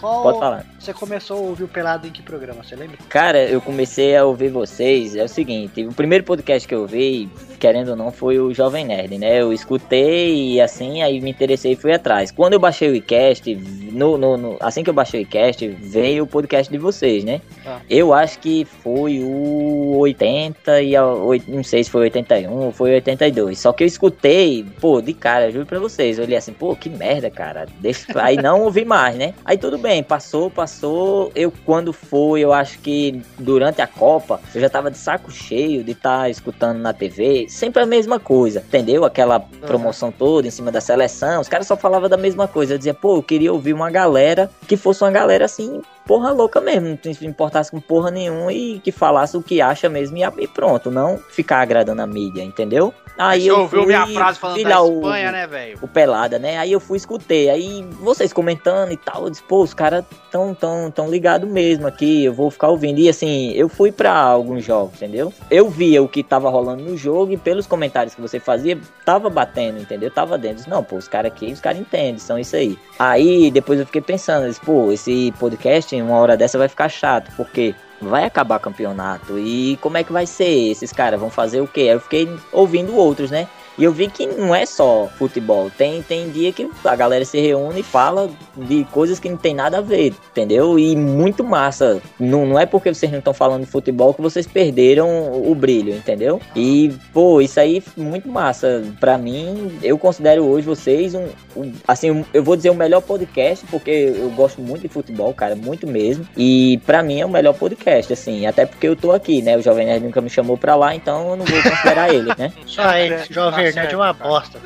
Speaker 12: Qual...
Speaker 11: Pode falar.
Speaker 12: Você começou a ouvir o Pelado em que programa? Você lembra?
Speaker 11: Cara, eu comecei a ouvir vocês, é o seguinte, o primeiro podcast que eu ouvi, querendo ou não, foi o Jovem Nerd, né? Eu escutei e assim, aí me interessei e fui atrás. Quando eu baixei o iCast, no, no- no- assim que eu baixei o iCast, veio o podcast de vocês, né?
Speaker 12: Ah.
Speaker 11: Eu acho que foi o 80 e a, oi- não sei se foi 81 ou foi 82. Só que eu escutei, pô, de cara, juro pra vocês. Eu olhei assim, pô, que merda, cara. Deixa... Aí não ouvi mais, né? Aí tudo bem, passou, passou. Eu, quando foi, eu acho que durante a Copa, eu já tava de saco cheio de estar escutando na TV. Sempre a mesma coisa, entendeu? Aquela promoção toda em cima da seleção. Os caras só falavam da mesma coisa. Eu dizia, pô, eu queria ouvir uma galera que fosse uma galera assim, porra louca mesmo, não se importasse com porra nenhuma e que falasse o que acha mesmo e, e pronto, não ficar agradando a mídia, entendeu? Aí
Speaker 4: Você
Speaker 11: eu
Speaker 4: ouviu
Speaker 11: fui
Speaker 4: minha frase falando da
Speaker 11: pilhar o-
Speaker 4: Espanha, né, velho?
Speaker 11: o Pelada, né? Aí eu fui e escutei, aí vocês comentando e tal, eu disse, pô, os caras tão, tão, tão ligado mesmo aqui, eu vou ficar ouvindo. E assim, eu fui pra alguns jogos, entendeu? Eu via o que tava rolando no jogo e pelos comentários que você fazia, tava batendo, entendeu? Tava dentro, Eu disse, não, pô, os caras aqui, os caras entendem, são isso aí. Aí depois eu fiquei pensando, eu disse, pô, esse podcast em uma hora dessa vai ficar chato, porque vai acabar campeonato e como é que vai ser? Esses caras vão fazer o quê? Aí Eu fiquei ouvindo outros, né? E eu vi que não é só futebol. Tem, tem dia que a galera se reúne e fala de coisas que não tem nada a ver, entendeu? E muito massa. Não, não é porque vocês não estão falando de futebol que vocês perderam o brilho, entendeu? E, pô, isso aí é muito massa. Pra mim, eu considero hoje vocês um, um- assim, um- eu vou dizer o melhor podcast, porque eu gosto muito de futebol, cara, muito mesmo. E pra mim é o melhor podcast, assim, até porque eu tô aqui, né? O Jovem Nerd nunca me chamou pra lá, então eu não vou considerar ele, né?
Speaker 12: Só ele, Jovem Nerd é uma bosta.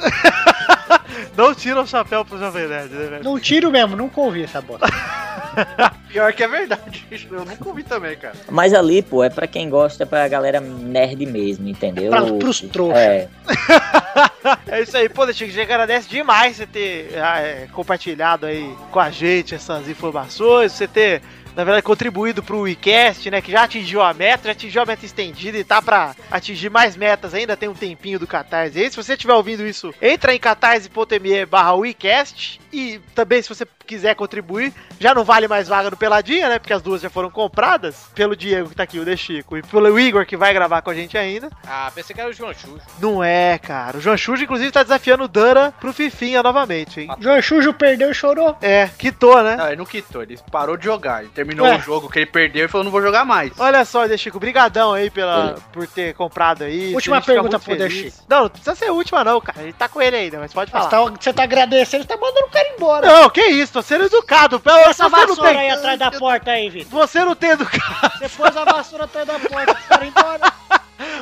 Speaker 3: Não tira o chapéu pro Jovem Nerd, né, velho?
Speaker 12: Não tiro mesmo, nunca ouvi essa bosta.
Speaker 4: Pior que é verdade. [LAUGHS] Eu nunca ouvi também, cara.
Speaker 11: Mas ali, pô, é pra quem gosta, pra galera nerd mesmo, entendeu?
Speaker 12: Pra- pros trouxa.
Speaker 11: É,
Speaker 3: É isso aí, pô, Chico, a gente agradece demais você ter ah, é, compartilhado aí com a gente essas informações, você ter, na verdade, contribuído pro WeCast, né, que já atingiu a meta, já atingiu a meta estendida e tá pra atingir mais metas ainda, tem um tempinho do Catarse aí. Se você estiver ouvindo isso, entra em catarse.me barra WeCast e também se você quiser contribuir, já não vale mais vaga no Peladinha, né, porque as duas já foram compradas pelo Diego que tá aqui, o De Chico, e pelo Igor que vai gravar com a gente ainda.
Speaker 7: Ah, pensei que era o João Xuxa.
Speaker 3: Não é, cara. O João Xuxa, inclusive, tá desafiando o Dana pro Fifinha novamente, hein?
Speaker 12: João Xujo perdeu e chorou.
Speaker 3: É, quitou, né?
Speaker 4: Não, Ah, ele não quitou, ele parou de jogar. Ele terminou
Speaker 3: Ué.
Speaker 4: o jogo que ele perdeu e falou: não vou jogar mais.
Speaker 3: Olha só, De Chico, brigadão aí pela, por ter comprado aí.
Speaker 12: Última
Speaker 3: A gente fica
Speaker 12: pergunta
Speaker 3: muito
Speaker 12: pro De
Speaker 3: feliz.
Speaker 12: Chico.
Speaker 3: Não, não precisa ser a última não, cara. Ele tá com ele ainda, mas pode
Speaker 12: Você
Speaker 3: falar.
Speaker 12: tá, você tá agradecendo, você tá mandando o cara embora.
Speaker 3: Não, que isso, tô sendo educado. Pelo
Speaker 12: Põe essa
Speaker 3: você não
Speaker 12: vassoura
Speaker 3: tem...
Speaker 12: aí atrás da porta aí, Vitor.
Speaker 3: Você não tem educado.
Speaker 12: Você pôs a vassoura atrás da porta, o cara embora.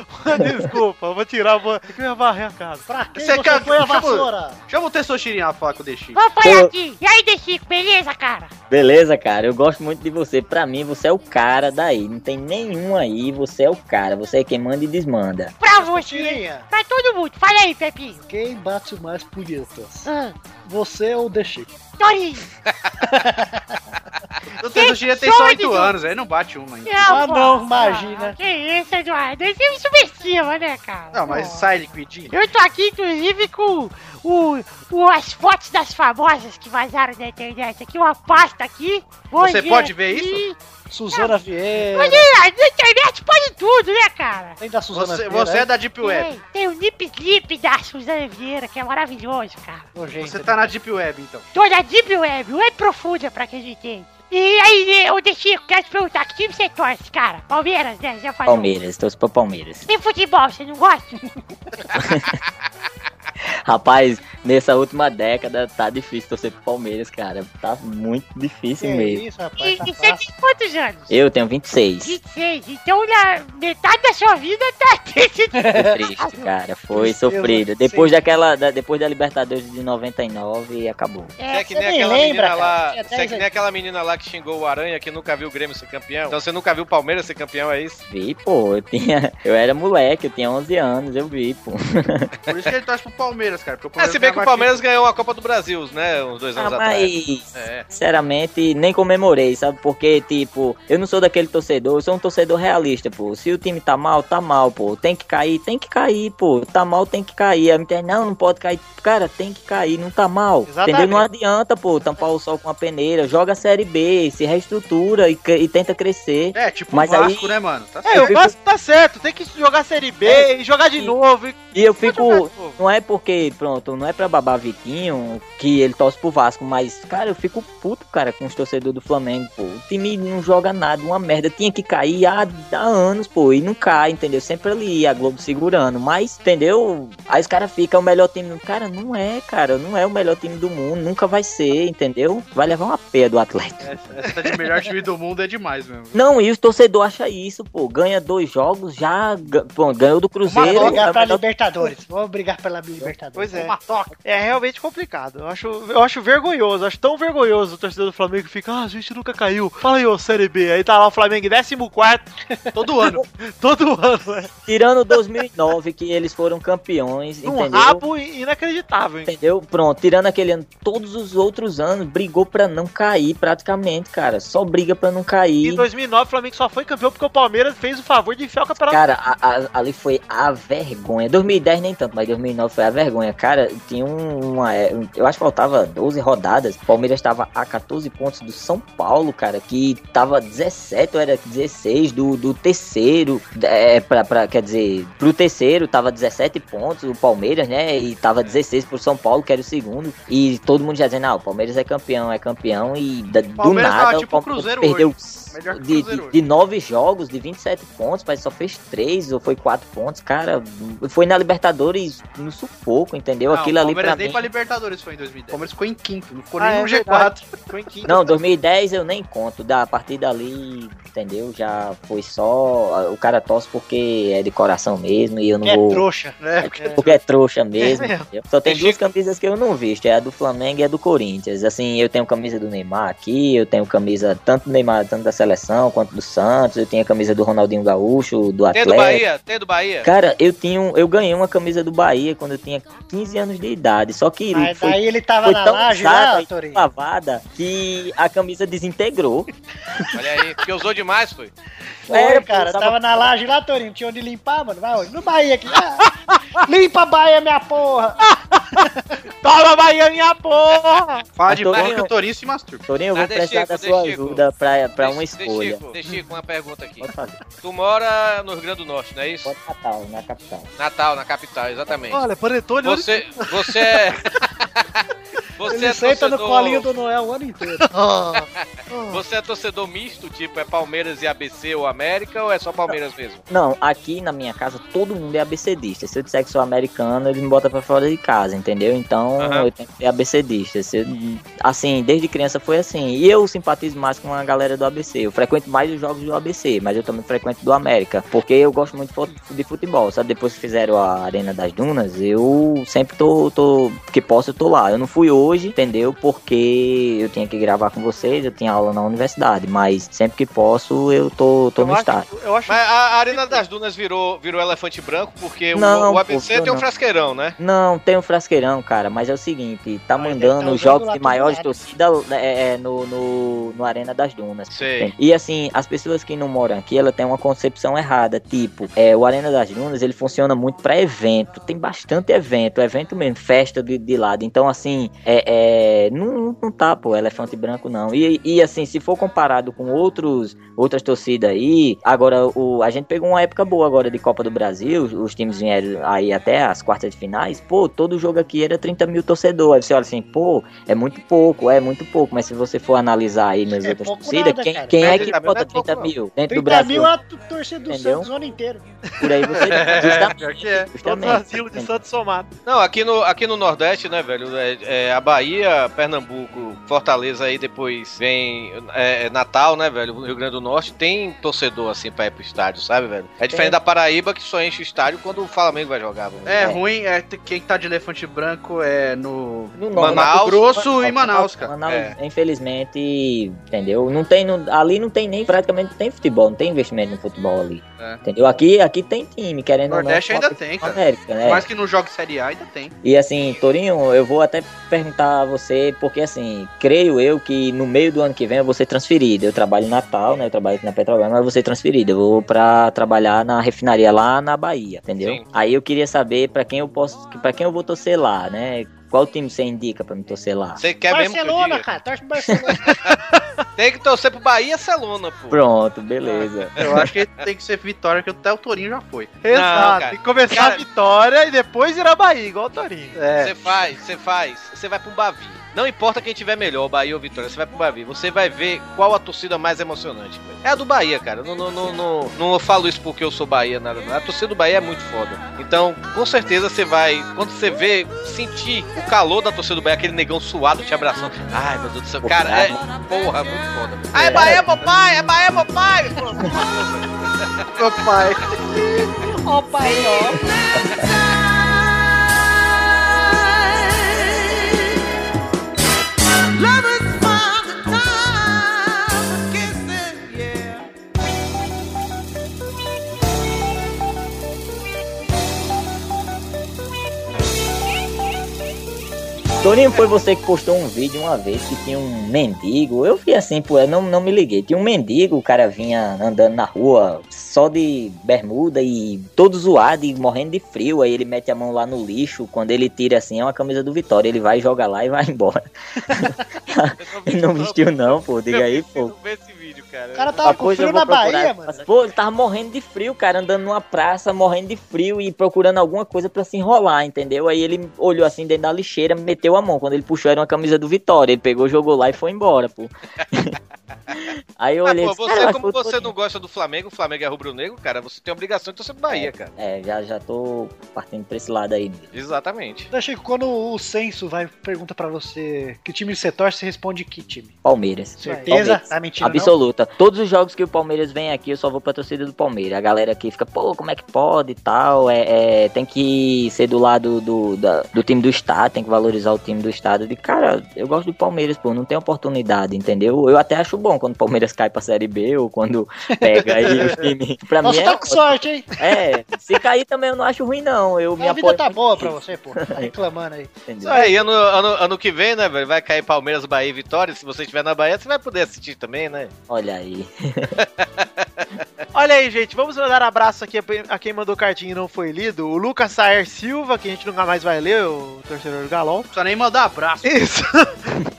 Speaker 3: [LAUGHS] Desculpa, eu vou tirar, vou... Tem que me varrer a casa.
Speaker 12: Pra quem
Speaker 4: Você
Speaker 12: você,
Speaker 4: quer-
Speaker 12: põe a
Speaker 4: chama-
Speaker 12: vassoura?
Speaker 4: Chama o Tessoshirinha lá pra falar com o Dexi.
Speaker 8: Ô,
Speaker 11: Tô-
Speaker 8: Palhaquim, e aí, De Chico, beleza, cara?
Speaker 11: beleza, cara. Eu gosto muito de você. Pra mim, você é o cara daí. Não tem nenhum aí, você é o cara. Você é quem manda e desmanda.
Speaker 8: Pra você,
Speaker 12: Tirinha,
Speaker 8: pra todo mundo. Fala aí, Pepinho.
Speaker 12: quem bate mais punhetas?
Speaker 8: Ah,
Speaker 12: Você ou o The Chico?
Speaker 8: Torinho.
Speaker 4: O Teto Gira tem
Speaker 8: Quem
Speaker 4: só
Speaker 8: sou,
Speaker 4: 8
Speaker 8: Dudu?
Speaker 4: anos, aí não bate um, né? uma ainda.
Speaker 8: imagina. Que isso, Eduardo? Aí você me subestima, né, cara?
Speaker 4: Não, mas sai liquidinho.
Speaker 8: Eu tô aqui, inclusive, com o, o- as fotos das famosas que vazaram na internet. Aqui, uma pasta aqui. Vou
Speaker 4: Você pode ver
Speaker 8: isso?
Speaker 5: Suzana Vieira.
Speaker 8: Olha, aí, na internet pode tudo, né, cara?
Speaker 5: Tem
Speaker 12: Tá
Speaker 5: da Suzana
Speaker 4: Você-
Speaker 5: Vieira,
Speaker 4: você
Speaker 12: né?
Speaker 4: é da Deep Web.
Speaker 8: Tem, tem o Nip Slip da Suzana Vieira, que é maravilhoso, cara.
Speaker 4: Você
Speaker 5: né?
Speaker 4: tá na Deep Web, então.
Speaker 8: Tô na Deep Web, web profunda pra quem não entende. E aí, ô De Chico, quero te perguntar, que time você torce, cara? Palmeiras, né? Já falou.
Speaker 11: Palmeiras, torço pra Palmeiras.
Speaker 8: E futebol, você não gosta?
Speaker 11: Rapaz, nessa última década tá difícil torcer pro Palmeiras, cara. Tá muito difícil
Speaker 3: É,
Speaker 5: é
Speaker 11: mesmo.
Speaker 8: E,
Speaker 5: tá
Speaker 8: e você tem quantos anos?
Speaker 11: Eu tenho 26.
Speaker 8: 26. Então, na metade da sua vida tá desse
Speaker 11: Foi triste, cara. Foi
Speaker 8: Tristeza,
Speaker 11: sofrido. Depois daquela. da- depois da Libertadores de 99 acabou.
Speaker 7: Você é que nem
Speaker 8: nem
Speaker 7: aquela
Speaker 8: lembra,
Speaker 7: menina
Speaker 8: cara.
Speaker 7: lá.
Speaker 8: Tinha
Speaker 7: Você é
Speaker 8: dez
Speaker 7: que nem
Speaker 8: anos.
Speaker 7: aquela menina lá que xingou o Aranha que nunca viu o Grêmio ser campeão. Então você nunca viu o Palmeiras ser campeão, é isso?
Speaker 11: Vi, pô, eu tinha. Eu era moleque, eu tinha 11 anos, eu vi, pô.
Speaker 4: Por isso que ele torce pro Palmeiras, cara. porque o
Speaker 7: É, se bem que o
Speaker 4: Palmeiras
Speaker 7: Palmeiras ganhou a Copa do Brasil, né? Uns dois
Speaker 11: Ah,
Speaker 7: anos
Speaker 11: mas,
Speaker 7: atrás. É.
Speaker 11: sinceramente, nem comemorei, sabe? Porque, tipo, eu não sou daquele torcedor, eu sou um torcedor realista, pô. Se o time tá mal, tá mal, pô. Tem que cair, tem que cair, pô. Tá mal, tem que cair. A internet, não, não pode cair. Cara, tem que cair, não tá mal.
Speaker 3: Exatamente.
Speaker 11: Entendeu? Não adianta, pô, tampar o sol com a peneira. Joga a Série B, se reestrutura e, cre- e tenta crescer.
Speaker 4: É, tipo
Speaker 11: mas
Speaker 4: o Vasco, né, mano? Tá
Speaker 3: É, o Vasco tá certo, tem que jogar Série B e jogar de novo. e-
Speaker 11: É, E eu fico. Não é porque, pronto, não é pra babar Vitinho que ele torce pro Vasco, mas, cara, eu fico puto, cara, com os torcedores do Flamengo, pô. O time não joga nada, uma merda. Tinha que cair há, há anos, pô, e não cai, entendeu? Sempre ali, a Globo segurando. Mas, entendeu? Aí os caras ficam o melhor time. do- Cara, não é, cara, não é o melhor time do mundo, nunca vai ser, entendeu? Vai levar uma pé do Atlético.
Speaker 4: Essa, essa de melhor time do mundo é demais mesmo.
Speaker 11: Não, e os torcedores acham isso, pô. Ganha dois jogos, já ga- pô, ganhou do Cruzeiro.
Speaker 5: Vamos brigar
Speaker 11: é o
Speaker 5: pra
Speaker 11: melhor
Speaker 5: Libertadores. Vamos brigar pela Libertadores.
Speaker 3: Pois é. É realmente complicado. Eu acho, eu acho vergonhoso, eu acho tão vergonhoso o torcedor do Flamengo que fica, ah, a gente nunca caiu. Fala aí, ô Série B. Aí tá lá o Flamengo em 14 [LAUGHS] todo ano. todo ano, é.
Speaker 11: Tirando 2009, que eles foram campeões,
Speaker 3: Um
Speaker 11: entendeu?
Speaker 3: rabo in- inacreditável, hein?
Speaker 11: Entendeu? Pronto, tirando aquele ano, todos os outros anos brigou pra não cair praticamente, cara. Só briga pra não
Speaker 3: Em
Speaker 11: cair.
Speaker 3: 2009, o Flamengo só foi campeão porque o Palmeiras fez o favor de enfiar o campeonato.
Speaker 11: Cara, a- a- ali foi a vergonha. 2010 nem tanto, mas 2009 foi a vergonha. Cara, tinha um- uma. é, Eu acho que faltava 12 rodadas. O Palmeiras estava a 14 pontos do São Paulo, cara, que tava 17 ou era 16 do, do terceiro. É, pra, pra- quer dizer, pro terceiro tava 17 pontos o Palmeiras, né? E tava 16 pro São Paulo, que era o segundo. E todo mundo já dizendo, ah, o Palmeiras é campeão, é campeão. E da- do
Speaker 4: Palmeiras tava
Speaker 11: nada
Speaker 4: tipo
Speaker 11: o
Speaker 4: o
Speaker 11: Palmeiras
Speaker 4: Cruzeiro
Speaker 11: perdeu
Speaker 4: hoje. Melhor que o
Speaker 11: de,
Speaker 4: Cruzeiro
Speaker 11: de,
Speaker 4: hoje.
Speaker 11: de nove jogos, de 27 pontos, mas só fez três ou foi quatro pontos, cara. Foi na Libertadores no sufoco, entendeu?
Speaker 4: Não,
Speaker 11: Aquilo
Speaker 4: o
Speaker 11: ali
Speaker 4: Palmeiras
Speaker 11: pra
Speaker 4: nem
Speaker 11: mim.
Speaker 4: pra Libertadores foi em 2010. O Palmeiras ficou em quinto, não ficou
Speaker 3: Ah,
Speaker 4: nem
Speaker 3: é
Speaker 4: no
Speaker 3: verdade.
Speaker 4: G4. Ficou em quinto.
Speaker 11: Não, 2010 eu nem conto. Da a partir dali, entendeu? Já foi só. O cara tosse porque é de coração mesmo e eu não
Speaker 5: É
Speaker 11: vou.
Speaker 5: trouxa.
Speaker 4: É,
Speaker 11: Porque é trouxa mesmo.
Speaker 5: É mesmo.
Speaker 11: entendeu? Só tem duas camisas que eu não visto, é a do Flamengo e a do Corinthians. Assim, eu tenho camisa do Neymar aqui, eu tenho camisa tanto do Neymar, tanto da seleção quanto do Santos, eu tenho a camisa do Ronaldinho Gaúcho, do
Speaker 7: Tem
Speaker 11: Atlético.
Speaker 7: do Bahia? Tem do Bahia?
Speaker 11: Cara, eu tinha um- eu ganhei uma camisa do Bahia quando eu tinha 15 anos de idade. Só que
Speaker 5: Mas
Speaker 11: foi,
Speaker 5: daí ele tava
Speaker 11: foi
Speaker 5: na
Speaker 11: tão Ah,
Speaker 5: laje
Speaker 11: usada
Speaker 5: lá,
Speaker 11: e
Speaker 5: Torinho?
Speaker 11: lavada que a camisa desintegrou.
Speaker 7: Olha aí, porque usou demais, foi.
Speaker 5: Foi,
Speaker 11: Era,
Speaker 5: cara.
Speaker 11: pô,
Speaker 5: Tava na laje lá, Torinho. não Tinha onde limpar, mano. Vai, onde? no Bahia aqui. Ah, [LAUGHS] limpa a Bahia, minha
Speaker 11: [LAUGHS]
Speaker 5: porra.
Speaker 3: Toma, Bahia, minha porra!
Speaker 4: Fala de
Speaker 11: Mas,
Speaker 4: bola que
Speaker 11: Torinho-
Speaker 4: o Torinho se masturba.
Speaker 11: Torinho, eu
Speaker 7: Ah,
Speaker 11: vou
Speaker 7: De
Speaker 11: precisar
Speaker 7: Chico,
Speaker 11: da
Speaker 7: De
Speaker 11: sua
Speaker 7: Chico.
Speaker 11: ajuda pra, pra uma
Speaker 7: De
Speaker 11: escolha.
Speaker 7: Chico, De Chico, uma pergunta aqui.
Speaker 11: Pode fazer.
Speaker 7: Tu mora no Rio Grande do Norte, não é isso?
Speaker 11: Pode Natal, na capital.
Speaker 7: Natal, na capital, exatamente.
Speaker 3: Olha, Panetone, olha
Speaker 7: Você, você
Speaker 5: [LAUGHS]
Speaker 7: é. você
Speaker 5: Ele
Speaker 7: é
Speaker 5: senta no
Speaker 7: torcedor-
Speaker 5: colinho do Noel o ano inteiro.
Speaker 3: [LAUGHS]
Speaker 7: Você é torcedor misto, tipo, é Palmeiras e ABC ou América, ou é só Palmeiras mesmo?
Speaker 11: Não, aqui na minha casa todo mundo é abcdista. Se eu disser que sou americano, eles me botam pra fora de casa, entendeu? Então
Speaker 7: Aham.
Speaker 11: eu tenho que ser abcdista. Se eu- assim, desde criança foi assim. E eu simpatizo mais com a galera do ABC. Eu frequento mais os jogos do ABC, mas eu também frequento do América. Porque eu gosto muito de fut- de futebol, sabe? Depois que fizeram a Arena das Dunas, eu sempre tô. tô que posso, eu tô lá. Eu não fui hoje. hoje, entendeu? Porque eu tinha que gravar com vocês, eu tinha aula na universidade, mas sempre que posso eu tô, tô no estádio.
Speaker 7: Eu acho... Mas a Arena das Dunas virou, virou elefante branco porque o-
Speaker 11: Não,
Speaker 7: o, ABC
Speaker 11: pô,
Speaker 7: tem um
Speaker 11: não.
Speaker 7: frasqueirão, né?
Speaker 11: Não, tem um frasqueirão, cara, mas é o seguinte, tá mandando
Speaker 7: tá
Speaker 11: os jogos
Speaker 7: usando
Speaker 11: de
Speaker 7: lá
Speaker 11: maiores
Speaker 7: do
Speaker 11: torcidas é, é, no, no, no Arena das Dunas.
Speaker 7: Sei.
Speaker 11: E assim, as pessoas que não moram aqui, ela tem uma concepção errada, tipo, é, o Arena das Dunas, ele funciona muito pra evento, tem bastante evento, evento mesmo, festa de, de lado, então assim, é, é, não, não tá, pô, elefante branco não. E, e assim, se for comparado com outros, outras torcidas aí, agora o, a gente pegou uma época boa agora de Copa do Brasil, os, os times vieram aí até as quartas de finais, pô, todo jogo aqui era 30 mil torcedores, aí você olha assim, pô, é muito pouco, é muito pouco, mas se você for analisar aí nas outras
Speaker 12: É pouco
Speaker 11: torcidas,
Speaker 12: nada,
Speaker 11: quem,
Speaker 12: cara.
Speaker 11: quem é
Speaker 12: 30
Speaker 7: tá
Speaker 11: que
Speaker 12: mil
Speaker 11: bota
Speaker 12: não é pouco,
Speaker 11: 30
Speaker 12: não.
Speaker 11: mil dentro
Speaker 12: 30
Speaker 11: do Brasil?
Speaker 12: mil é a tu- torcida do
Speaker 11: Entendeu?
Speaker 12: Santos o ano inteiro.
Speaker 11: Por aí você
Speaker 7: Pior
Speaker 11: justamente,
Speaker 7: que é.
Speaker 11: justamente.
Speaker 3: de Santos somado.
Speaker 7: Não, aqui no, aqui no Nordeste, né, velho? É, é a Bahia, Pernambuco, Fortaleza aí depois vem é, é Natal, né, velho? Rio Grande do Norte tem torcedor assim pra ir pro estádio, sabe, velho? É diferente
Speaker 4: É.
Speaker 7: da Paraíba que só enche o estádio quando o Flamengo vai jogar, velho.
Speaker 4: É, ruim, é, t- quem tá de elefante branco é no,
Speaker 11: Norte.
Speaker 4: Mato Grosso e Manaus, cara.
Speaker 11: Manaus,
Speaker 4: É.
Speaker 11: infelizmente, entendeu? Não tem, não- ali não tem nem, praticamente não tem futebol, não tem investimento no futebol ali.
Speaker 4: É.
Speaker 11: Entendeu? Aqui, aqui tem time, querendo
Speaker 4: Nordeste
Speaker 11: ou não.
Speaker 4: ainda tem, cara.
Speaker 11: América, né?
Speaker 4: Por mais que não jogue Série A, ainda tem.
Speaker 11: E assim, Torinho, eu vou até perguntar a você, porque assim, creio eu que no meio do ano que vem eu vou ser transferido. Eu trabalho em Natal, né? Eu trabalho aqui na Petrobras, mas eu vou ser transferido. Eu vou pra trabalhar na refinaria lá na Tá Bahia, entendeu? Aí eu queria saber pra quem eu posso, para quem eu vou torcer lá, né? Qual time você indica pra me torcer lá?
Speaker 7: Você
Speaker 3: É
Speaker 7: quer mesmo que eu
Speaker 12: Barcelona,
Speaker 7: diga?
Speaker 12: cara, torce pro
Speaker 11: [LAUGHS]
Speaker 12: Barcelona.
Speaker 7: Tem que torcer pro Bahia e Barcelona, pô.
Speaker 11: Pronto, beleza. [LAUGHS]
Speaker 4: Eu acho que tem que ser vitória, que até o Torinho já foi.
Speaker 3: Exato,
Speaker 7: cara.
Speaker 3: tem que começar a vitória e depois ir à Bahia, igual o Torinho.
Speaker 4: É.
Speaker 11: É.
Speaker 7: Você faz, você faz, você vai pro Bavi. Não importa quem tiver melhor, Bahia ou Vitória, você vai pro Bavi. Você vai ver qual a torcida mais emocionante. velho. É a do Bahia, cara. Não, não, não, não, não falo isso porque eu sou Bahia, nada. nada. A torcida do Bahia é muito foda. Então, com certeza você vai, quando você vê, sentir o calor da torcida do Bahia, aquele negão suado te abraçando. Ai, meu Deus do céu. Cara, é, porra, muito foda. Ai,
Speaker 10: É.
Speaker 7: Bahia, meu pai, é Bahia, meu pai.
Speaker 4: Meu pai.
Speaker 10: Ó pai,
Speaker 11: Torinho, foi você que postou um vídeo uma vez que tinha um mendigo. Eu vi assim, pô, eu não, não me liguei. Tinha um mendigo, o cara vinha andando na rua só de bermuda e todo zoado e morrendo de frio. Aí ele mete a mão lá no lixo. Quando ele tira assim, é uma camisa do Vitória. Ele vai, joga lá e vai [LAUGHS] embora. [LAUGHS] ele não vestiu, não, pô. Diga aí, pô.
Speaker 12: O cara tava tá com frio na Bahia, mano.
Speaker 11: Pô, ele tava morrendo de frio, cara, andando numa praça, morrendo de frio e procurando alguma coisa pra se enrolar, entendeu? Aí ele olhou assim dentro da lixeira, meteu a mão. Quando ele puxou, era uma camisa do Vitória. Ele pegou, jogou lá e foi embora,
Speaker 12: [LAUGHS]
Speaker 11: pô. Aí eu
Speaker 7: Ah,
Speaker 11: olhei. assim,
Speaker 7: pô,
Speaker 11: e
Speaker 3: assim,
Speaker 11: disse, "Cara,
Speaker 7: você,
Speaker 11: mas
Speaker 7: como
Speaker 11: foi-
Speaker 7: você não gosta do Flamengo, o Flamengo é rubro-negro, cara, você tem a obrigação de torcer pro Bahia, cara.
Speaker 11: É, já, já tô partindo pra esse lado aí. mesmo.
Speaker 7: Exatamente.
Speaker 12: Então, Chico, quando o censo vai pergunta pra você que time você torce, você responde que time.
Speaker 11: Palmeiras.
Speaker 12: Certeza? Tá mentindo, não?
Speaker 11: Absoluta. Todos os jogos que o Palmeiras vem aqui, eu só vou pra torcida do Palmeiras. A galera aqui fica, pô, como é que pode e tal. É, é, tem que ser do lado do, da- do time do Estado, tem que valorizar o time do Estado. De cara, eu gosto do Palmeiras, pô, não tem oportunidade, entendeu? Eu até acho bom quando o Palmeiras cai pra Série B ou quando pega
Speaker 12: [LAUGHS]
Speaker 11: aí o time. Pra
Speaker 12: Nossa,
Speaker 11: mim
Speaker 12: tá
Speaker 11: é
Speaker 12: com sorte, hein?
Speaker 11: É, se cair também eu não acho ruim, não. Eu me
Speaker 12: A vida
Speaker 11: apoio.
Speaker 12: tá
Speaker 11: [LAUGHS]
Speaker 12: boa pra você, pô. Tá reclamando aí.
Speaker 11: Entendeu?
Speaker 7: Isso aí, ano, ano, ano que vem, né, velho? Vai cair Palmeiras, Bahia e Vitória. Se você estiver na Bahia, você vai poder assistir também, né?
Speaker 11: Olha aí.
Speaker 3: Olha aí, gente, vamos mandar abraço aqui a quem mandou cartinha e não foi lido. O Lucas Saer Silva, que a gente nunca mais vai ler, o torcedor do Galol.
Speaker 4: Só nem mandar abraço.
Speaker 3: Isso.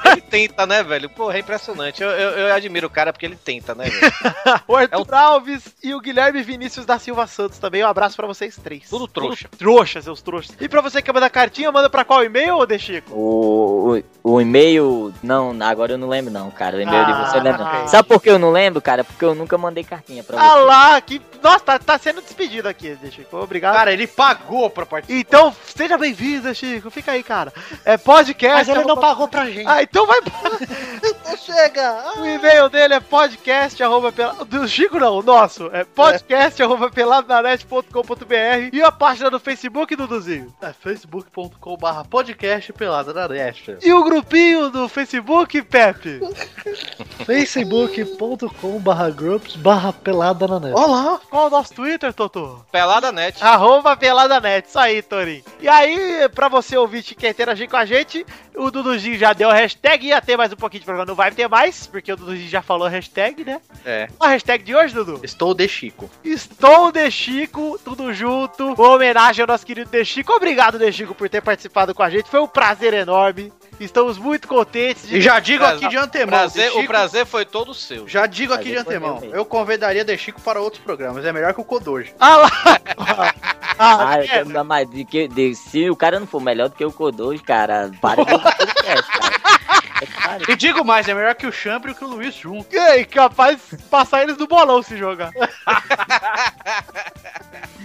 Speaker 7: Ele tenta, né, velho? Porra, é impressionante. Eu, eu, eu admiro o cara porque ele tenta, né, velho? [LAUGHS]
Speaker 3: O Arthur
Speaker 7: É
Speaker 3: Alves e o Guilherme Vinícius da Silva Santos também. Um abraço pra vocês três.
Speaker 7: Tudo trouxa.
Speaker 3: Tudo trouxa, seus trouxas. E pra você que manda cartinha, manda pra qual e-mail, ô De Chico?
Speaker 11: [LAUGHS] O, o, o e-mail. Não, agora eu não lembro, não, cara. O e-mail de você eu lembro.
Speaker 3: Ah,
Speaker 11: não. Sabe por que eu não lembro, cara? Porque eu nunca mandei cartinha pra você.
Speaker 3: Ah lá, que. Nossa, tá, tá sendo despedido aqui, De Chico. Obrigado.
Speaker 4: Cara, ele pagou pra participar.
Speaker 3: Então, seja bem-vindo, Chico. Fica aí, cara. É podcast.
Speaker 12: Mas ele não
Speaker 3: arroba-
Speaker 12: pagou pra gente.
Speaker 3: Ah, então Então vai
Speaker 5: [LAUGHS] Então
Speaker 3: Chega! O e-mail dele é podcast arroba pela... Do Chico não, o nosso. É podcast arroba peladananet.com.br e a página do Facebook, Duduzinho.
Speaker 4: É facebook.com barra podcast pelada na net.
Speaker 3: E o grupinho do Facebook,
Speaker 5: [LAUGHS]
Speaker 3: Pepe?
Speaker 5: facebook.com barra groups barra pelada na net.
Speaker 3: Olá! Qual é o nosso Twitter, Totô?
Speaker 7: Peladanet.
Speaker 3: Arroba peladanet. Isso aí, Torinho. E aí, pra você ouvinte que quer interagir com a gente, o Duduzinho já deu a hashtag. Ia ter mais um pouquinho de programa. Não vai ter mais, porque o Duduzinho já falou a hashtag, né?
Speaker 4: É.
Speaker 3: A hashtag de hoje, Dudu?
Speaker 4: Estou de Chico.
Speaker 3: Estou de Chico, tudo junto. Uma homenagem ao nosso querido De Chico. Obrigado, De Chico, por ter participado com a gente. Foi um prazer enorme. Estamos muito contentes. de-
Speaker 4: E já digo aqui de
Speaker 3: Ah,
Speaker 4: antemão,
Speaker 7: Prazer-
Speaker 4: De Chico-
Speaker 7: o prazer foi todo seu.
Speaker 4: Já digo aqui de
Speaker 7: Prazer foi
Speaker 4: antemão,
Speaker 7: meu,
Speaker 4: eu convidaria De Chico para outros programas. É melhor que o Kodoji.
Speaker 3: Ah lá!
Speaker 11: Ah, eu quero dar mais de que de- se o cara não for melhor do que o Kodoji, cara,
Speaker 3: [LAUGHS]
Speaker 11: para de
Speaker 4: E digo mais, é melhor que o Chambre e que o Luiz junto.
Speaker 3: E aí, capaz de passar eles no bolão
Speaker 11: [LAUGHS]
Speaker 3: se jogar.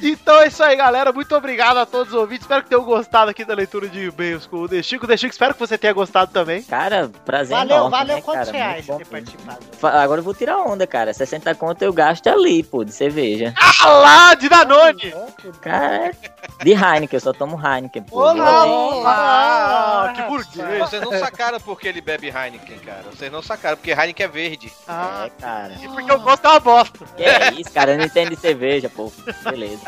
Speaker 3: então é isso aí, galera. Muito obrigado a todos os ouvintes. Espero que tenham gostado aqui da leitura de e-mails com o De Chico. De Chico, espero que você tenha gostado também.
Speaker 11: Cara, prazer
Speaker 3: Valeu,
Speaker 11: enorme,
Speaker 3: valeu.
Speaker 11: né,
Speaker 3: Quantos
Speaker 11: cara?
Speaker 3: reais
Speaker 11: Muito
Speaker 3: você
Speaker 11: bom. Fa- Agora eu vou tirar onda, cara. 60 conto eu gasto ali, pô, de cerveja.
Speaker 3: Ah lá, de Danone!
Speaker 11: Cara, é de Heineken, eu só tomo Heineken, pô.
Speaker 3: olá! Que burguês!
Speaker 7: Vocês não sacaram porque ele bebe Heineken, cara. Vocês não sacaram, porque Heineken é verde.
Speaker 3: Ah,
Speaker 11: cara.
Speaker 3: Porque eu gosto é uma bosta.
Speaker 11: Que é isso, cara? Eu não entendo de cerveja, pô. Beleza.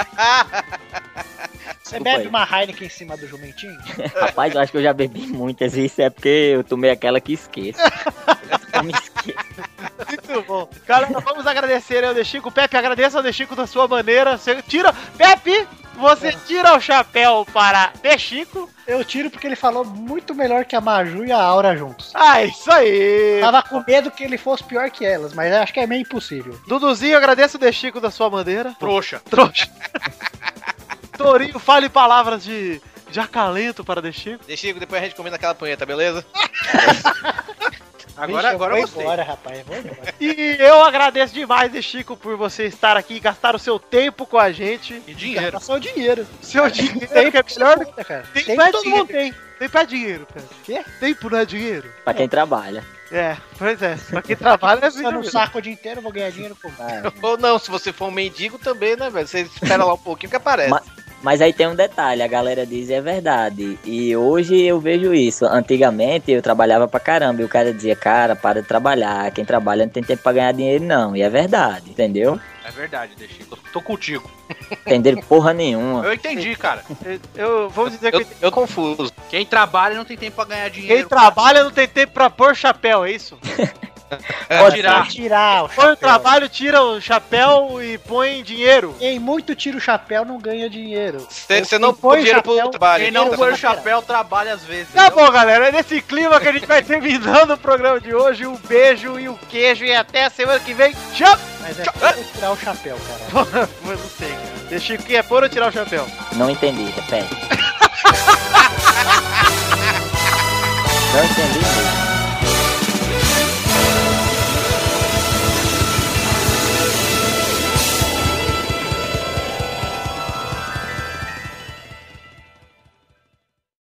Speaker 5: Você
Speaker 11: Desculpa
Speaker 5: bebe
Speaker 11: aí.
Speaker 5: uma Heineken em cima do jumentinho?
Speaker 11: Rapaz, eu acho que eu já bebi [LAUGHS] muitas. Isso é porque eu tomei aquela que esqueço.
Speaker 3: Muito bom. Galera, vamos agradecer ao De Chico. Pepe, agradeça ao De Chico da sua maneira. Você tira. Pepe, você tira o chapéu para De Chico.
Speaker 5: Eu tiro porque ele falou muito melhor que a Maju e a Aura juntos.
Speaker 3: Ah, isso aí!
Speaker 5: Tava com medo que ele fosse pior que elas, mas acho que é meio impossível.
Speaker 3: Duduzinho, agradeço o De Chico da sua maneira.
Speaker 4: Trouxa.
Speaker 3: Trouxa. [LAUGHS] Torinho, fale palavras de, de acalento para De Chico.
Speaker 7: De Chico, depois a gente comenta aquela punheta, beleza?
Speaker 4: Agora-
Speaker 5: Bicho,
Speaker 4: agora
Speaker 5: vou
Speaker 4: eu gostei.
Speaker 5: embora, rapaz.
Speaker 4: [LAUGHS]
Speaker 5: Vou embora.
Speaker 3: [LAUGHS] E eu agradeço demais, De Chico, por você estar aqui e gastar o seu tempo com a gente.
Speaker 4: E dinheiro.
Speaker 5: Gastar seu dinheiro.
Speaker 3: Seu dinheiro que é melhor.
Speaker 5: Puta, cara.
Speaker 3: Tem,
Speaker 5: Tempo
Speaker 3: mas
Speaker 5: todo
Speaker 3: todo mundo
Speaker 5: mundo
Speaker 3: tem. Tempo é dinheiro, cara.
Speaker 5: Quê?
Speaker 3: Tempo não é dinheiro?
Speaker 11: pra quem trabalha.
Speaker 3: É, pois é. Pra quem trabalha é
Speaker 5: Se eu
Speaker 3: vida
Speaker 5: não
Speaker 3: mesmo.
Speaker 5: saco o dia inteiro, eu vou ganhar dinheiro com
Speaker 7: [LAUGHS] Ou não, se você for um mendigo também, né, velho? Você espera lá um pouquinho que aparece.
Speaker 11: Ma- Mas aí tem um detalhe, a galera diz e é verdade. E hoje eu vejo isso. Antigamente eu trabalhava pra caramba e o cara dizia, cara, para de trabalhar. Quem trabalha não tem tempo pra ganhar dinheiro, não. E é verdade, entendeu?
Speaker 4: É verdade, De Chico. Tô- Tô contigo.
Speaker 11: Entenderam porra nenhuma.
Speaker 4: Eu entendi, cara.
Speaker 3: Eu vou dizer
Speaker 7: Eu,
Speaker 3: que
Speaker 7: eu confuso.
Speaker 4: Quem trabalha não tem tempo pra ganhar
Speaker 3: quem
Speaker 4: dinheiro.
Speaker 3: trabalha não tem tempo pra pôr chapéu, é isso?
Speaker 7: Pode
Speaker 11: tirar.
Speaker 5: Tirar o
Speaker 3: Põe o
Speaker 5: chapéu.
Speaker 3: trabalho, tira o chapéu e põe dinheiro.
Speaker 5: Quem muito tira o chapéu não ganha dinheiro.
Speaker 7: Você você não
Speaker 5: põe
Speaker 7: põe dinheiro pro
Speaker 5: chapéu,
Speaker 7: trabalho.
Speaker 4: Quem não
Speaker 7: Tá
Speaker 4: põe o
Speaker 7: bom.
Speaker 4: chapéu trabalha às vezes.
Speaker 3: Tá bom, galera. É nesse clima que a gente vai terminando o programa de hoje. Um beijo e um queijo e até a semana que vem. Tchau!
Speaker 5: Mas é fácil tirar o chapéu, cara.
Speaker 3: Eu não sei, cara. Deixa o que é pôr ou tirar o chapéu?
Speaker 11: Não entendi, repete. não entendi mesmo.